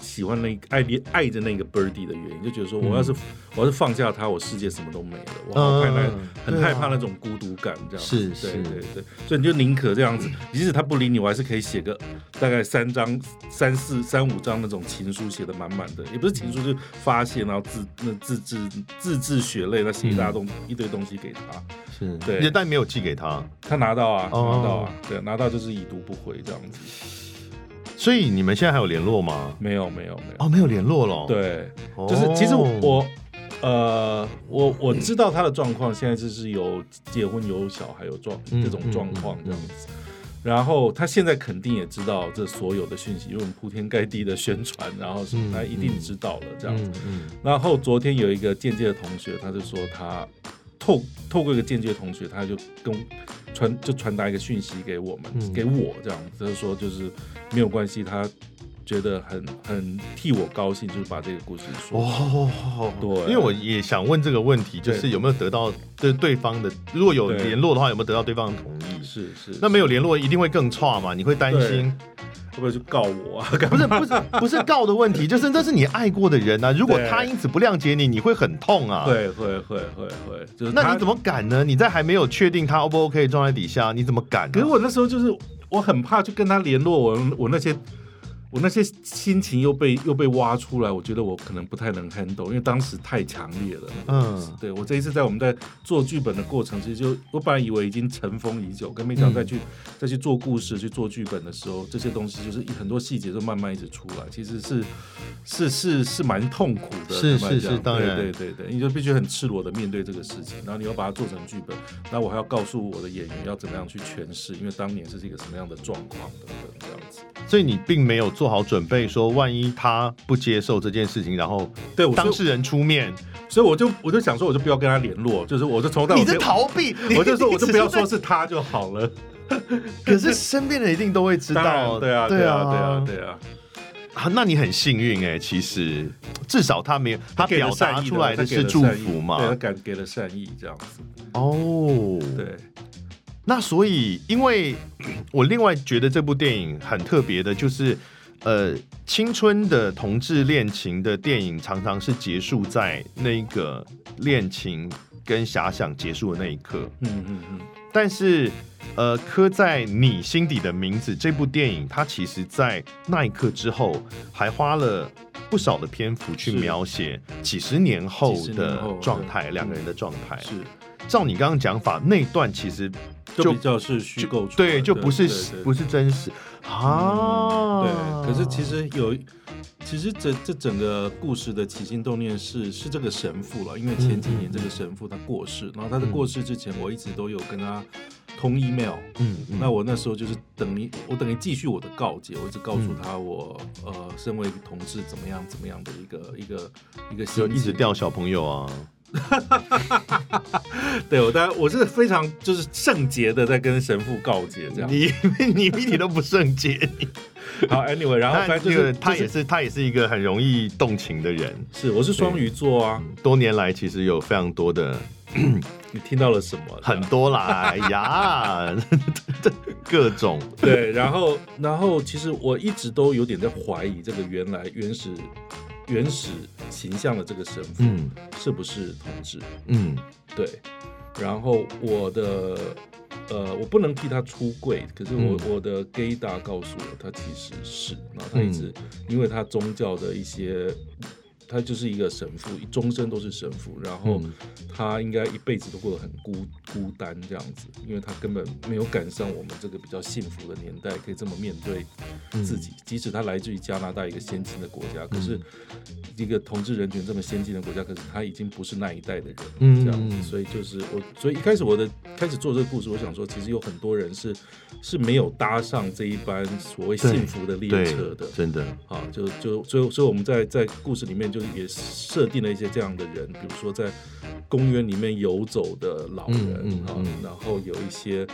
Speaker 2: 喜欢那个爱恋爱着那个 Birdy 的原因，就觉
Speaker 1: 嗯
Speaker 2: 得说我要是、我要是放下他，我世界什么都没了，我好害怕，
Speaker 1: 嗯
Speaker 2: 很害怕那种孤独感，这样
Speaker 1: 是
Speaker 2: 对
Speaker 1: 是
Speaker 2: 对对，所以你就宁可这
Speaker 1: [CLEARS THROAT]
Speaker 2: 样子，即使他不理你，我还是可以写个大概三张、三四、三五张那种情书，写的满满的，也不是情书，就是发泄，然后自那自制自制血泪，那写
Speaker 1: 嗯
Speaker 2: 一大东、一堆东西给他，
Speaker 1: 是，
Speaker 2: 嗯对
Speaker 1: 也但没有寄给他，
Speaker 2: 他拿到啊，
Speaker 1: 哦
Speaker 2: 拿到啊，对，拿到就是已读不回这样子，
Speaker 1: 所以你们现在还有联络吗？
Speaker 2: 没有没有没有，
Speaker 1: 哦，没有联络了。，
Speaker 2: 对。
Speaker 1: 哦
Speaker 2: 就是其实我，呃，我我知道他的状况，现在就是有结婚有小孩有状
Speaker 1: 嗯
Speaker 2: 这种状况这样子。然后他现在肯定也知道这所有的讯息，因为我们铺天盖地的宣传，然后什么
Speaker 1: 嗯
Speaker 2: 他一定知道了这样子。
Speaker 1: 嗯嗯
Speaker 2: 然后昨天有一个间接的同学，他就说他透透过一个间接的同学，他就跟我传就传达一个讯息给我们，
Speaker 1: 嗯
Speaker 2: 给我这样子，就是说就是没有关系，他觉得很很替我高兴，就是把这个故事说出来
Speaker 1: 哦，
Speaker 2: 对
Speaker 1: 因为我也想问这个问题，就是
Speaker 2: 对
Speaker 1: 有没有得到对对方的，如果有
Speaker 2: 对
Speaker 1: 联络的话，有没有得到对方的同意？
Speaker 2: 是是，
Speaker 1: 那没有联络一定会更差嘛？你会担心？
Speaker 2: 会不会去告我 [LAUGHS] 啊？
Speaker 1: 不是不是不是告的问题，就是这是你爱过的人啊。如果
Speaker 2: 对
Speaker 1: 他因此不谅解你，你会很痛啊。，
Speaker 2: 会会会会会，就是
Speaker 1: 那
Speaker 2: 他
Speaker 1: 你怎？么敢呢？你在还没有确定他 O 不 OK 的状态底下，你怎么敢啊、
Speaker 2: 可是我那时候就是我很怕去跟他联络，我我那些我那些心情又被又被挖出来，我觉得我可能不太能 handle，因为当时太强烈了。
Speaker 1: 嗯
Speaker 2: 对我这一次在我们在做剧本的过程，其实就我本来以为已经尘封已久，跟没想到再
Speaker 1: 嗯
Speaker 2: 去、再去做故事、去做剧本的时候，这些东西就是很多细节都慢慢一直出来，其实是是是是蛮痛苦的，
Speaker 1: 是
Speaker 2: 坦白
Speaker 1: 是是
Speaker 2: 讲
Speaker 1: 当然
Speaker 2: 对对对对，你就必须很赤裸的面对这个事情，然后你要把它做成剧本，那我还要告诉我的演员要怎么样去诠释，因为当年是一个什么样的状况等等这样子。
Speaker 1: 所以你并没有做好准备，说万一他不接受这件事情，然后
Speaker 2: 对，我
Speaker 1: 当
Speaker 2: 就
Speaker 1: 事人出面，
Speaker 2: 所以我就我就想说，我就不要跟他联络，就是我就从头到尾
Speaker 1: 你在
Speaker 2: 没有
Speaker 1: 逃避，
Speaker 2: 我就说，
Speaker 1: 你
Speaker 2: 我就不要。
Speaker 1: 你
Speaker 2: 说
Speaker 1: 只
Speaker 2: 是他就好了。
Speaker 1: 在可是身边的人一定都会知
Speaker 2: 当
Speaker 1: 道，
Speaker 2: 然对啊，
Speaker 1: 对
Speaker 2: 对啊，对啊，对啊，
Speaker 1: 啊，那你很幸运哎、其实至少他没有，他
Speaker 2: 给了
Speaker 1: 表达
Speaker 2: 善意
Speaker 1: 出来
Speaker 2: 的
Speaker 1: 是祝福
Speaker 2: 对他
Speaker 1: 嘛。
Speaker 2: 感给了善意这样子，
Speaker 1: 哦，
Speaker 2: 对，
Speaker 1: 那所以，因为我另外觉得这部电影很特别的，就是呃，青春的同志恋情的电影常常是结束在那个恋情跟遐想结束的那一刻，
Speaker 2: 嗯嗯嗯，
Speaker 1: 但是。呃，刻在你心底的名字这部电影，它其实在那一刻之后，还花了不少的篇幅去
Speaker 2: 是
Speaker 1: 描写几十年后
Speaker 2: 几十年
Speaker 1: 的
Speaker 2: 后
Speaker 1: 状
Speaker 2: 对
Speaker 1: 态，两个
Speaker 2: 嗯
Speaker 1: 人的状态。
Speaker 2: 是，
Speaker 1: 照你刚刚讲法，那一段其实就
Speaker 2: 就比较是虚构出来的，
Speaker 1: 对，就不是
Speaker 2: 对对嗯
Speaker 1: 不是真实啊、
Speaker 2: 对，可是其实有，其实这这整个故事的起心动念是是这个神父了，因为前几年这
Speaker 1: 嗯
Speaker 2: 个神父他过世，然后他在过世之前，我一直都有跟他通 email，
Speaker 1: 嗯，嗯
Speaker 2: 那我那时候就是等于我等于继续我的告诫，我一直告
Speaker 1: 嗯
Speaker 2: 诉他我、呃，身为同志怎么样怎么样的一个一个一个
Speaker 1: 就
Speaker 2: 心
Speaker 1: 一直
Speaker 2: 情
Speaker 1: 掉小朋友啊，
Speaker 2: 对我当然我是非常就是圣洁的在跟神父告诫这样。
Speaker 1: 你 [LAUGHS] 你一点都不圣洁，
Speaker 2: [LAUGHS] 好，anyway，然后
Speaker 1: 但
Speaker 2: 反
Speaker 1: 这
Speaker 2: 正就是
Speaker 1: 个他也
Speaker 2: 就是
Speaker 1: 是他也是一个很容易动情的人，
Speaker 2: 是我是双鱼座啊，
Speaker 1: 多年来其实有非常多的
Speaker 2: 你听到了什么？
Speaker 1: 很多啦，哎呀，各种
Speaker 2: 对，然后然后其实我一直都有点在怀疑这个原来原始原始形象的这个神父、
Speaker 1: 嗯
Speaker 2: 是不是同志？
Speaker 1: 嗯
Speaker 2: 对，然后我的呃，我不能替他出柜，可是我、我的 gay 大告诉我他其实是，然后他一直、因为他宗教的一些。他就是一个神父，终身都是神父，然后
Speaker 1: 嗯
Speaker 2: 他应该一辈子都过得很孤孤单这样子，因为他根本没有赶上我们这个比较幸福的年代，可以这么面对自己。即使他来自于加拿大一个先进的国家，可是一个同志人权这么先进的国家，可是他已经不是那一代的人了，
Speaker 1: 嗯
Speaker 2: 这样子。所以就是我，所以一开始我的开始做这个故事，我想说，其实有很多人是是没有搭上这一班所谓幸福的列
Speaker 1: 对
Speaker 2: 车的，。
Speaker 1: 真的
Speaker 2: 啊，就就所以所以我们在在故事里面就是也设定了一些这样的人，比如说在公园里面游走的老人、
Speaker 1: 嗯嗯
Speaker 2: 啊
Speaker 1: 嗯，
Speaker 2: 然后有一些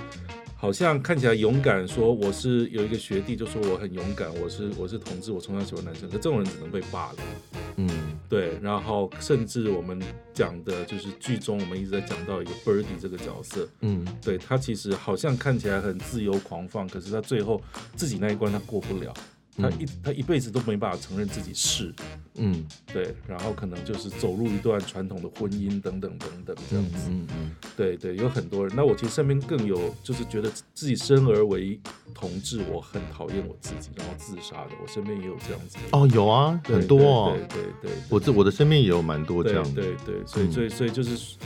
Speaker 2: 好像看起来勇敢，说我是有一个学弟就说我很勇敢，我是我是同志，我从小喜欢男生，可这种人只能被霸凌。
Speaker 1: 嗯
Speaker 2: 对，然后甚至我们讲的就是剧中我们一直在讲到一个 Birdy 这个角色，
Speaker 1: 嗯
Speaker 2: 对他其实好像看起来很自由狂放，可是他最后自己那一关他过不了，他一他一辈子都没办法承认自己是
Speaker 1: 嗯
Speaker 2: 对，然后可能就是走入一段传统的婚姻等等等等这样
Speaker 1: 嗯
Speaker 2: 子。
Speaker 1: 嗯嗯，
Speaker 2: 对对，有很多人。那我其实身边更有，就是觉得自己生而为同志，我很讨厌我自己，然后自杀的。我身边也有这样子的人，
Speaker 1: 哦，有啊，
Speaker 2: 对，
Speaker 1: 很多哦。
Speaker 2: 对对对对
Speaker 1: 我自我的身边也有蛮多这
Speaker 2: 对
Speaker 1: 样的，
Speaker 2: 对对，所以
Speaker 1: 嗯
Speaker 2: 所以所以就是，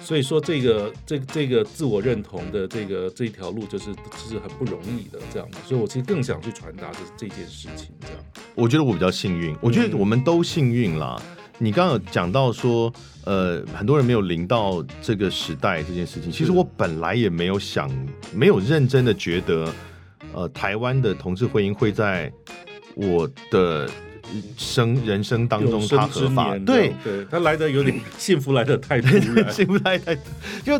Speaker 2: 所以说这个这这个自我认同的这个这条路，就是就是很不容易的这样子。所以我其实更想去传达就是这件事情这样。
Speaker 1: 我觉得我比较幸运，我
Speaker 2: 嗯
Speaker 1: 觉得我们都幸运啦。你刚刚有讲到说，呃，很多人没有临到这个时代这件事情。其实我本来也没有想，没有认真的觉得，呃，台湾的同志婚姻会在我的生人生当中
Speaker 2: 有生
Speaker 1: 它
Speaker 2: 之
Speaker 1: 合法。
Speaker 2: 年
Speaker 1: 对， [LAUGHS]
Speaker 2: 对，他来的有点幸福来的太突然。
Speaker 1: 幸福太太，就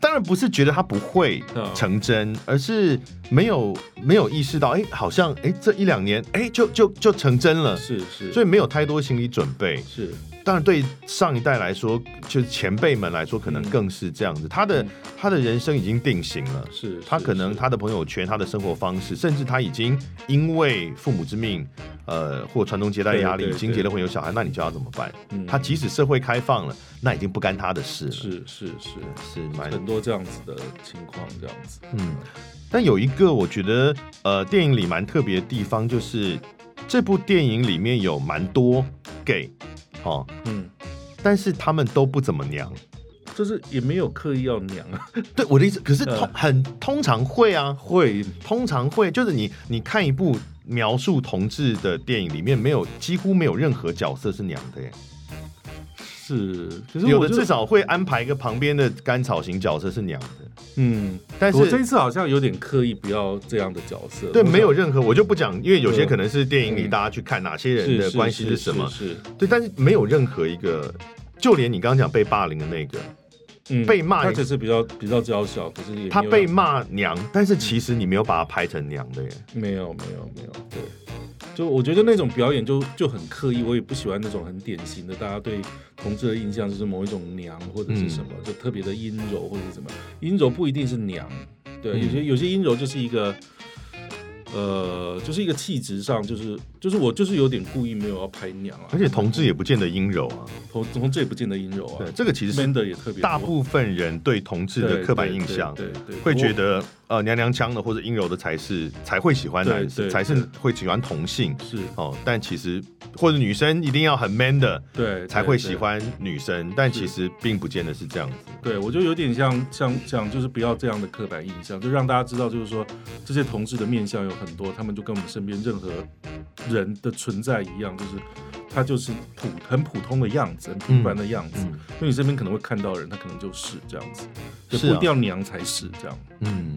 Speaker 1: 当然不是觉得他不会
Speaker 2: 嗯
Speaker 1: 成真，而是没有没有意识到，哎、好像哎、这一两年，哎、就就就成真了。
Speaker 2: 是是，
Speaker 1: 所以没有太多心理准备。
Speaker 2: 是
Speaker 1: 当然，对上一代来说，就是前辈们来说，可能
Speaker 2: 嗯
Speaker 1: 更是这样子。他的
Speaker 2: 嗯
Speaker 1: 他的人生已经定型了，
Speaker 2: 是，
Speaker 1: 他可能
Speaker 2: 是
Speaker 1: 他的朋友圈、他的生活方式，甚至他已经因为父母之命，呃，或传宗接代的压力，
Speaker 2: 对
Speaker 1: 已
Speaker 2: 对
Speaker 1: 经
Speaker 2: 对
Speaker 1: 结了婚有小孩，那你就要怎么办？
Speaker 2: 嗯
Speaker 1: 他即使社会开放了，那已经不干他的事了。
Speaker 2: 是是是，
Speaker 1: 是蛮
Speaker 2: 很多这样子的情况，这样子。
Speaker 1: 嗯，但有一个我觉得呃电影里蛮特别的地方，就是这部电影里面有蛮多 gay 哦，
Speaker 2: 嗯，
Speaker 1: 但是他们都不怎么娘。
Speaker 2: 就是也没有刻意要娘啊，
Speaker 1: 对我的意思，可是
Speaker 2: 呃
Speaker 1: 通、很通常会啊，
Speaker 2: 会
Speaker 1: 通常会就是你你看一部描述同志的电影，里面没有几乎没有任何角色是娘的耶，
Speaker 2: 是，可是
Speaker 1: 有
Speaker 2: 我
Speaker 1: 的
Speaker 2: 就
Speaker 1: 至少会安排一个旁边的甘草型角色是娘的，
Speaker 2: 嗯，
Speaker 1: 但
Speaker 2: 我这一
Speaker 1: 是。
Speaker 2: 次好像有点刻意不要这样的角色，
Speaker 1: 对，
Speaker 2: 我想
Speaker 1: 没有任何，我就不讲，因为有些
Speaker 2: 对
Speaker 1: 可能是电影里
Speaker 2: 嗯
Speaker 1: 大家去看哪些人的关系是什么，
Speaker 2: 是是
Speaker 1: 对，但是没有任何一个，就连你刚刚讲被霸凌的那个，
Speaker 2: 嗯
Speaker 1: 被骂
Speaker 2: 他只是比较比较娇小，可是也没有
Speaker 1: 他被骂娘，但是其实你没有把他拍成娘的耶。
Speaker 2: 没有没有没有对。就我觉得那种表演就就很刻意，我也不喜欢那种很典型的，大家对同志的印象就是某一种娘或者是什么，
Speaker 1: 嗯
Speaker 2: 就特别的阴柔或者是什么。阴柔不一定是娘，对，
Speaker 1: 嗯
Speaker 2: 有些有些阴柔就是一个，呃，就是一个气质上，就是就是我就是有点故意没有要拍娘啊，
Speaker 1: 而且同志也不见得阴柔啊。
Speaker 2: 同同志也不见得阴柔啊
Speaker 1: 对，，这个其实是
Speaker 2: man 的也特别多
Speaker 1: 大部分人对同志的
Speaker 2: 对
Speaker 1: 刻板印象，
Speaker 2: 对对对对
Speaker 1: 会觉得呃娘娘腔的或者阴柔的才是才会喜欢男
Speaker 2: 对
Speaker 1: 生，
Speaker 2: 对
Speaker 1: 才是会喜欢同性
Speaker 2: 是
Speaker 1: 哦。但其实或者女生一定要很 man 的
Speaker 2: 对
Speaker 1: 才
Speaker 2: 对
Speaker 1: 会
Speaker 2: 对
Speaker 1: 喜欢女生，但其实并不见得是这样子。
Speaker 2: 对，我就有点像像像，就是不要这样的刻板印象，就让大家知道，就是说这些同志的面相有很多，他们就跟我们身边任何人的存在一样，就是他就是普很普通的样子，很平凡的样子。
Speaker 1: 嗯
Speaker 2: 因为你身边可能会看到的人，他可能就是这样子，就是不
Speaker 1: 啊
Speaker 2: 一定要娘才是这样。
Speaker 1: 嗯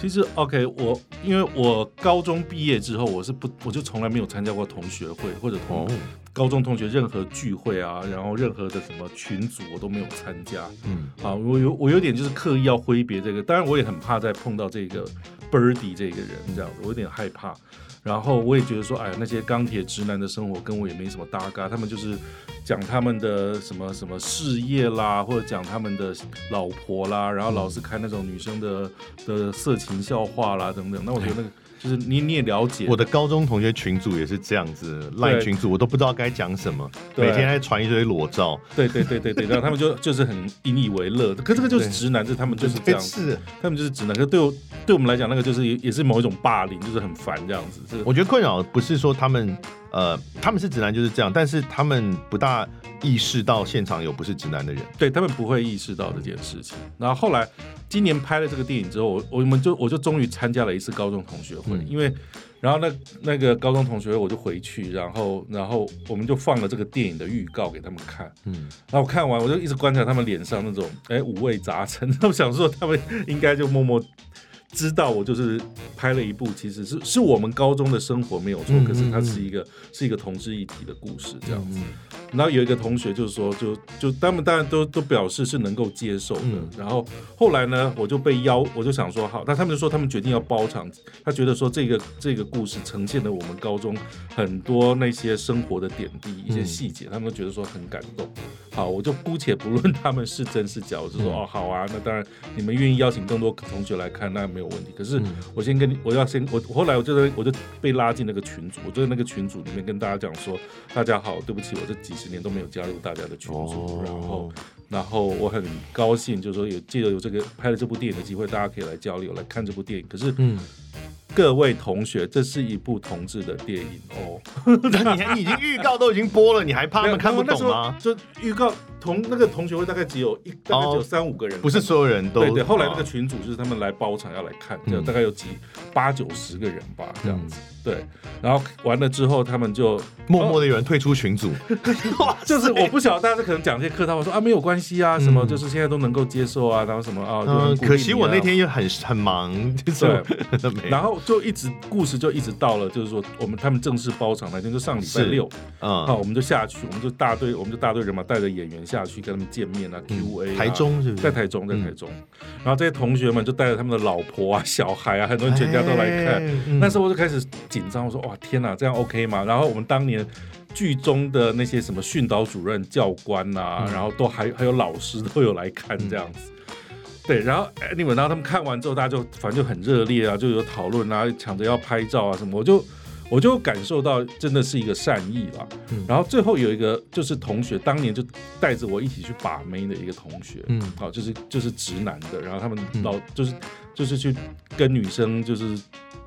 Speaker 2: 其实 OK，我因为我高中毕业之后，我是不我就从来没有参加过同学会或者同、
Speaker 1: 哦
Speaker 2: 高中同学任何聚会啊，然后任何的什么群组我都没有参加。
Speaker 1: 嗯
Speaker 2: 啊，我有我有点就是刻意要挥别这个，当然我也很怕再碰到这个 Birdy 这个人这样子，我有点害怕。然后我也觉得说，哎呀，那些钢铁直男的生活跟我也没什么搭嘎，他们就是讲他们的什么什么事业啦，或者讲他们的老婆啦，然后老是开那种女生的的色情笑话啦等等。那我觉得那个就是你你也了解，
Speaker 1: 我的高中同学群组也是这样子，赖群组我都不知道该讲什么，
Speaker 2: 对
Speaker 1: 每天在传一堆裸照，
Speaker 2: 对对对对对，然后他们就就是很引以为乐，可这个就是
Speaker 1: 对
Speaker 2: 直男，这他们就是这
Speaker 1: 这
Speaker 2: 样子。
Speaker 1: 是
Speaker 2: 他们就是只能，可是对我对我们来讲，那个就是也也是某一种霸凌，就是很烦这样子。是
Speaker 1: 我觉得困扰不是说他们，呃，他们是直男就是这样，但是他们不大意识到现场有不是直男的人。
Speaker 2: 对他们不会意识到这件事情。然后后来今年拍了这个电影之后，我我们就我就终于参加了一次高中同学会，
Speaker 1: 嗯
Speaker 2: 因为然后那那个高中同学会我就回去，然后然后我们就放了这个电影的预告给他们看。
Speaker 1: 嗯，
Speaker 2: 然后我看完我就一直观察他们脸上那种哎五味杂陈，我想说他们应该就默默。知道我就是拍了一部，其实是是我们高中的生活没有错，
Speaker 1: 嗯
Speaker 2: 可是
Speaker 1: 嗯
Speaker 2: 它
Speaker 1: 嗯
Speaker 2: 是一个是一个同志一体的故事这样子。然后有一个同学就是说，就就他们当然都都表示是能够接受的。
Speaker 1: 嗯
Speaker 2: 然后后来呢，我就被邀，我就想说好，那他们就说他们决定要包场，他觉得说这个这个故事呈现了我们高中很多那些生活的点滴、一些
Speaker 1: 嗯
Speaker 2: 细节，他们都觉得说很感动。好，我就姑且不论他们是真是假，我就说、
Speaker 1: 嗯
Speaker 2: 哦好啊，那当然你们愿意邀请更多同学来看，那没有问题。可是
Speaker 1: 嗯
Speaker 2: 我先跟你，我要先我我后来我就在我就被拉进那个群组，我就在那个群组里面跟大家讲说，大家好，对不起，我这几十年都没有加入大家的群
Speaker 1: 哦
Speaker 2: 组，然后然后我很高兴，就是说有借着有这个拍了这部电影的机会，大家可以来交流，来看这部电影。可是
Speaker 1: 嗯，
Speaker 2: 各位同学，这是一部同志的电影哦。
Speaker 1: 那你你已经预告都已经播了，你还怕他
Speaker 2: 没有
Speaker 1: 们看不
Speaker 2: 那时
Speaker 1: 懂
Speaker 2: 候
Speaker 1: 吗？
Speaker 2: 就预告同那个同学会大概只有一，大概只有
Speaker 1: 哦
Speaker 2: 三五个人看，
Speaker 1: 不是所有人都
Speaker 2: 对对，后来那个
Speaker 1: 啊
Speaker 2: 群主就是他们来包场要来看，
Speaker 1: 嗯
Speaker 2: 就大概有几八九十个人吧，这样子。对，然后完了之后，他们就
Speaker 1: 默默的有人退出群组，哇，
Speaker 2: 就是我不晓得大家可能讲一些客套话，说啊没有关系啊，什么
Speaker 1: 嗯
Speaker 2: 就是现在都能够接受啊，然后什么啊，就
Speaker 1: 嗯，
Speaker 2: 很鼓励
Speaker 1: 可惜
Speaker 2: 你啊
Speaker 1: 我那天又很很忙，就是我没有
Speaker 2: 然后就一直故事就一直到了，就是说我们他们正式包场那天就上礼拜
Speaker 1: 是
Speaker 2: 六，好，
Speaker 1: 嗯，
Speaker 2: 我们就下去，我们就大队，我们就大队人马带着演员下去跟他们见面啊，Q&A 啊。
Speaker 1: 嗯台中是不是？
Speaker 2: 在台中，在
Speaker 1: 嗯
Speaker 2: 台中，然后这些同学们就带着他们的老婆啊、小孩啊，很多人全家都来看
Speaker 1: 哎。，嗯
Speaker 2: 那时候我就开始紧张，我说哇天哪，这样 OK 吗？然后我们当年剧中的那些什么训导主任、教官呐、
Speaker 1: 嗯
Speaker 2: 然后都还还有老师都有来看
Speaker 1: 嗯
Speaker 2: 这样子。对，然后 anyway，然后他们看完之后，大家就反正就很热烈啊，就有讨论啊，抢着要拍照啊什么，我就我就感受到真的是一个善意啦。
Speaker 1: 嗯
Speaker 2: 然后最后有一个就是同学，当年就带着我一起去把妹的一个同学，
Speaker 1: 嗯
Speaker 2: 好、哦就是就是直男的，然后他们
Speaker 1: 嗯
Speaker 2: 老、就是就是去跟女生就是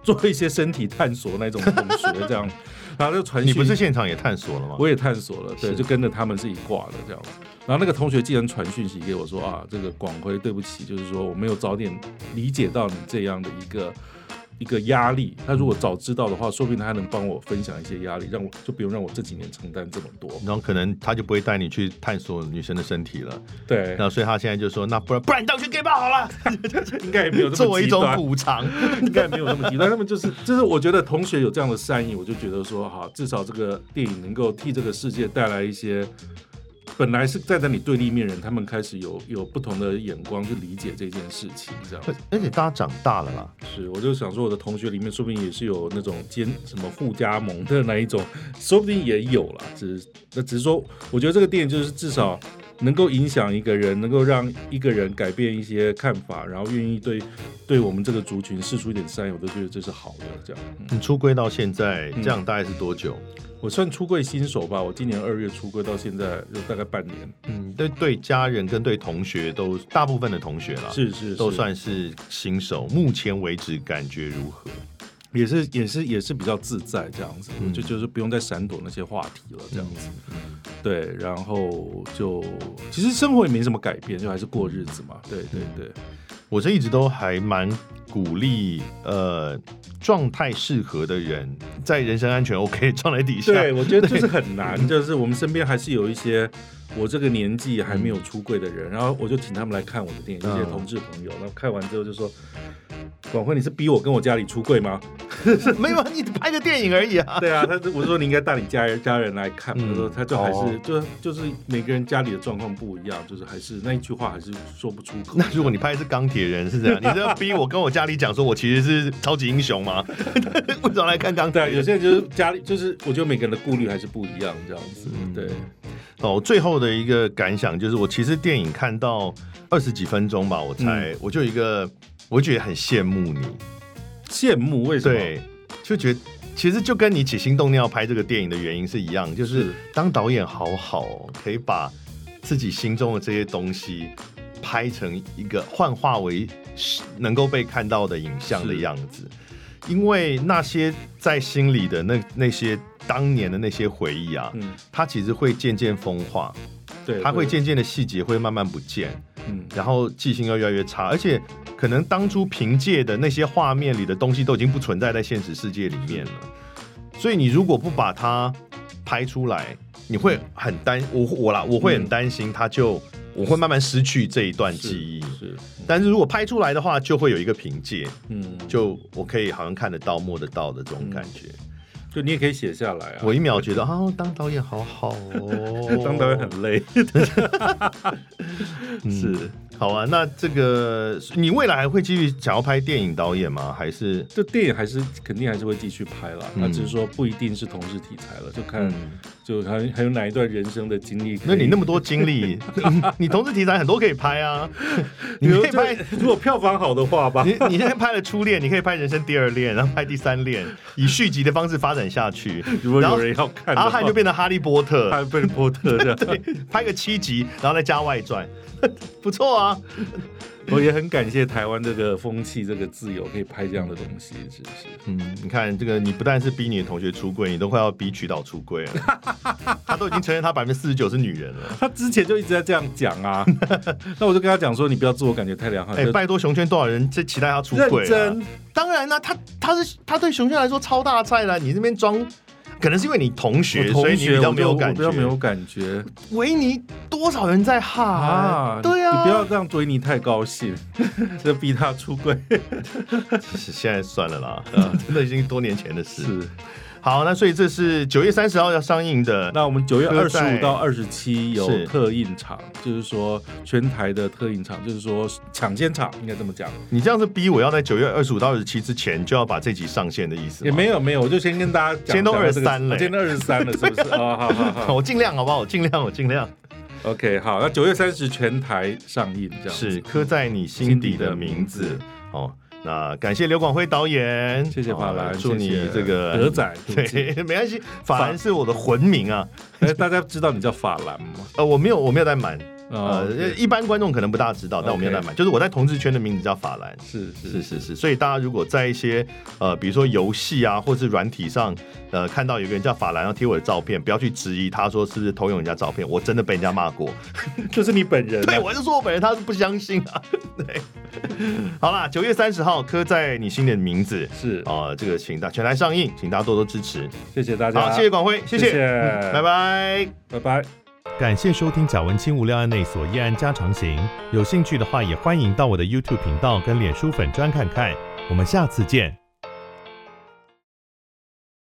Speaker 2: 做一些身体探索那种同学这样，然后就传
Speaker 1: 你
Speaker 2: 讯，
Speaker 1: 不是现场也探索了吗？
Speaker 2: 我也探索了，对，
Speaker 1: 是
Speaker 2: 就跟着他们是一挂的这样。然后那个同学竟然传讯息给我说啊，这个广辉，对不起，就是说我没有早点理解到你这样的一个一个压力。他如果早知道的话，说不定他还能帮我分享一些压力，让我就不用让我这几年承担这么多。
Speaker 1: 然后可能他就不会带你去探索女生的身体了，
Speaker 2: 对，
Speaker 1: 那所以他现在就说，那不然不然你当去 gay 吧好了，
Speaker 2: 应该也没有这
Speaker 1: 作
Speaker 2: 么
Speaker 1: 为一
Speaker 2: 极
Speaker 1: 种
Speaker 2: 端。
Speaker 1: 补偿。
Speaker 2: [LAUGHS] 应该没有那么低，但他们就是就是，我觉得同学有这样的善意，我就觉得说，好，至少这个电影能够替这个世界带来一些本来是站在你对立面人，他们开始有有不同的眼光去理解这件事情，这样
Speaker 1: 而 [LAUGHS] 而且大家长大了啦，
Speaker 2: 是，我就想说，我的同学里面说不定也是有那种兼什么互加盟的那一种，说不定也有啦，只是那只是说，我觉得这个电影就是至少。能够影响一个人，能够让一个人改变一些看法，然后愿意对对我们这个族群释出一点善意，我都觉得这是好的。这样，嗯
Speaker 1: 你出柜到现在这样大概是多久？
Speaker 2: 我算出柜新手吧，我今年二月出柜到现在就大概半年，
Speaker 1: 嗯，对对，家人跟对同学都大部分的同学啦，
Speaker 2: 是是是
Speaker 1: 啊都算是新手。目前为止感觉如何？
Speaker 2: 也是也是也是比较自在这样子，
Speaker 1: 嗯
Speaker 2: 就就是不用再闪躲那些话题了这样子。对，然后就其实生活也没什么改变，就还是过日子嘛。对对对，
Speaker 1: 我是一直都还蛮鼓励，呃，状态适合的人，在人身安全 OK 的状态底下，
Speaker 2: 对我觉得就是很难， [LAUGHS] 就是我们身边还是有一些我这个年纪还没有出柜的人，然后我就请他们来看我的电影，一些
Speaker 1: 嗯
Speaker 2: 同志朋友，然后看完之后就说。广辉，你是逼我跟我家里出柜吗？
Speaker 1: [LAUGHS] 没有你拍个电影而已啊。
Speaker 2: [LAUGHS] 对啊，他就我说你应该带你家人家人来看，
Speaker 1: 嗯
Speaker 2: 他说他就还是
Speaker 1: 哦
Speaker 2: 就就是每个人家里的状况不一样，就是还是那一句话还是说不出口。
Speaker 1: 那如果你拍的是钢铁人是这样，你是要逼我跟我家里讲说我其实是超级英雄吗？ [LAUGHS] 为什么来看钢
Speaker 2: [LAUGHS] 对
Speaker 1: 铁
Speaker 2: 啊，有
Speaker 1: 人？
Speaker 2: 些人就是家里就是，我觉得每个人的顾虑还是不一样，这样子。
Speaker 1: 嗯
Speaker 2: 对，
Speaker 1: 哦，最后的一个感想就是，我其实电影看到二十几分钟吧，我才、
Speaker 2: 嗯
Speaker 1: 我就有一个，我就觉得很羡慕你，
Speaker 2: 羡慕为什么？
Speaker 1: 对，就觉得其实就跟你起心动念要拍这个电影的原因是一样，就是
Speaker 2: 是
Speaker 1: 当导演好好、哦，可以把自己心中的这些东西拍成一个幻化为能够被看到的影像的
Speaker 2: 是
Speaker 1: 样子，因为那些在心里的那那些当年的那些回忆啊，
Speaker 2: 嗯，
Speaker 1: 它其实会渐渐风化，
Speaker 2: 对，
Speaker 1: 它会
Speaker 2: 对，
Speaker 1: 渐渐的细节会慢慢不见。
Speaker 2: 嗯，
Speaker 1: 然后记性又越来越差，而且可能当初凭借的那些画面里的东西都已经不存在在现实世界里面了，所以你如果不把它拍出来，你会很担我我啦，我会很担心，它就我会慢慢失去这一段
Speaker 2: 是
Speaker 1: 记忆。
Speaker 2: 嗯是，
Speaker 1: 但是如果拍出来的话，就会有一个凭借，
Speaker 2: 嗯，
Speaker 1: 就我可以好像看得到、摸得到的这种感觉。
Speaker 2: 就你也可以写下来啊。
Speaker 1: 我一秒觉得啊、当导演好好哦
Speaker 2: [LAUGHS] ，当导演很累，
Speaker 1: [LAUGHS]
Speaker 2: 哦 [LAUGHS] 嗯
Speaker 1: 是好啊。那这个你未来还会继续想要拍电影导演吗？还是
Speaker 2: 这电影还是肯定还是会继续拍
Speaker 1: 嗯
Speaker 2: 啦。那只是说不一定是同事题材了，就看就还还有哪一段人生的经历可以。
Speaker 1: 那你那么多精
Speaker 2: [LAUGHS]
Speaker 1: 力，你同志题材很多可以拍啊，你可以拍。
Speaker 2: 如果票房好的话吧
Speaker 1: 你。你现在拍了初恋，你可以拍人生第二恋，然后拍第三恋，以续集的方式发展下去。
Speaker 2: 如果
Speaker 1: 然
Speaker 2: 有
Speaker 1: 后
Speaker 2: 人要看的话，
Speaker 1: 阿汉就变成哈利波特，
Speaker 2: [LAUGHS] 汉被波特这样，
Speaker 1: 拍个七集，然后再加外传， [LAUGHS] 不错啊。
Speaker 2: 我也很感谢台湾这个风气，这个自由可以拍这样的东西，是不是？
Speaker 1: 嗯，你看这个，你不但是逼你的同学出柜，你都快要逼曲导出
Speaker 2: [LAUGHS]
Speaker 1: 柜了。他都已经承认他百分之四十九是女人了。
Speaker 2: 他之前就一直在这样讲啊，那我就跟他讲说，你不要自我感觉太良好，
Speaker 1: 哎、
Speaker 2: 就
Speaker 1: 拜托，熊圈多少人在期待他出柜、
Speaker 2: 认
Speaker 1: 啊？
Speaker 2: 真。
Speaker 1: 当然啦、他他是他对熊圈来说超大菜啦。你这边装，可能是因为你同学，
Speaker 2: 我同
Speaker 1: 所以你
Speaker 2: 学
Speaker 1: 比较
Speaker 2: 我
Speaker 1: 没有
Speaker 2: 就
Speaker 1: 感
Speaker 2: 我比
Speaker 1: 觉。
Speaker 2: 较没有感觉
Speaker 1: 维尼多少人在哈、对啊，
Speaker 2: 你不要让追尼太高兴，这逼他出柜
Speaker 1: 现在算 [LAUGHS] 了啦，呃真的已经多年前的事。
Speaker 2: 是。
Speaker 1: 好，那所以这是九月三十号要上映的。
Speaker 2: 那我们九月
Speaker 1: 歌
Speaker 2: 二十
Speaker 1: 在
Speaker 2: 五到二十七
Speaker 1: 是
Speaker 2: 有特映场，就是说全台的特映场，就是说抢先场，应该这么讲。
Speaker 1: 你这样子逼我要在九月二十五到二十七之前就要把这集上线的意思吗
Speaker 2: 也没有没有，我就先跟大家讲，
Speaker 1: 今天都
Speaker 2: 讲到这个
Speaker 1: 23了
Speaker 2: 今天都二十 [LAUGHS] 三了，是不是？哦，好好好
Speaker 1: 我尽量好不好？我尽量，我尽量。
Speaker 2: [LAUGHS] ，OK，好，那九月三十全台上映，这样子
Speaker 1: 是刻在你心底的名
Speaker 2: 心
Speaker 1: 字
Speaker 2: 底的名字。
Speaker 1: 哦，那感谢刘广辉导演，
Speaker 2: 谢谢法
Speaker 1: 哦
Speaker 2: 兰，
Speaker 1: 祝
Speaker 2: 谢
Speaker 1: 你
Speaker 2: 谢
Speaker 1: 这个
Speaker 2: 德仔，对不起，
Speaker 1: [LAUGHS] 对，没关系，法兰是我的魂名啊。
Speaker 2: 哎，大家知道你叫法兰吗？
Speaker 1: 呃，我没有，我没有在瞒。
Speaker 2: 哦
Speaker 1: 呃，一般观众可能不大知道，但我没有在瞒，就是我在同志圈的名字叫法兰。
Speaker 2: 是
Speaker 1: 是
Speaker 2: 是
Speaker 1: 是是，所以大家如果在一些呃，比如说游戏啊，或是软体上，呃，看到有个人叫法兰要贴我的照片，不要去质疑他说是不是偷用人家照片，我真的被人家骂过。
Speaker 2: [LAUGHS] 就是你本人啊，
Speaker 1: 对，我就说我本人他是不相信啊。 [LAUGHS] 对，好啦，九月三十号刻在你心里的名字
Speaker 2: 是，
Speaker 1: 啊、这个请大全台上映，请大家多多支持。
Speaker 2: 谢谢大家，
Speaker 1: 好，谢谢，广辉，谢谢，
Speaker 2: 谢谢
Speaker 1: 嗯拜拜。
Speaker 2: 拜拜。
Speaker 3: 感谢收听贾文清无料案内所夜案家常行。有兴趣的话，也欢迎到我的 YouTube 频道跟脸书粉专看看。我们下次见。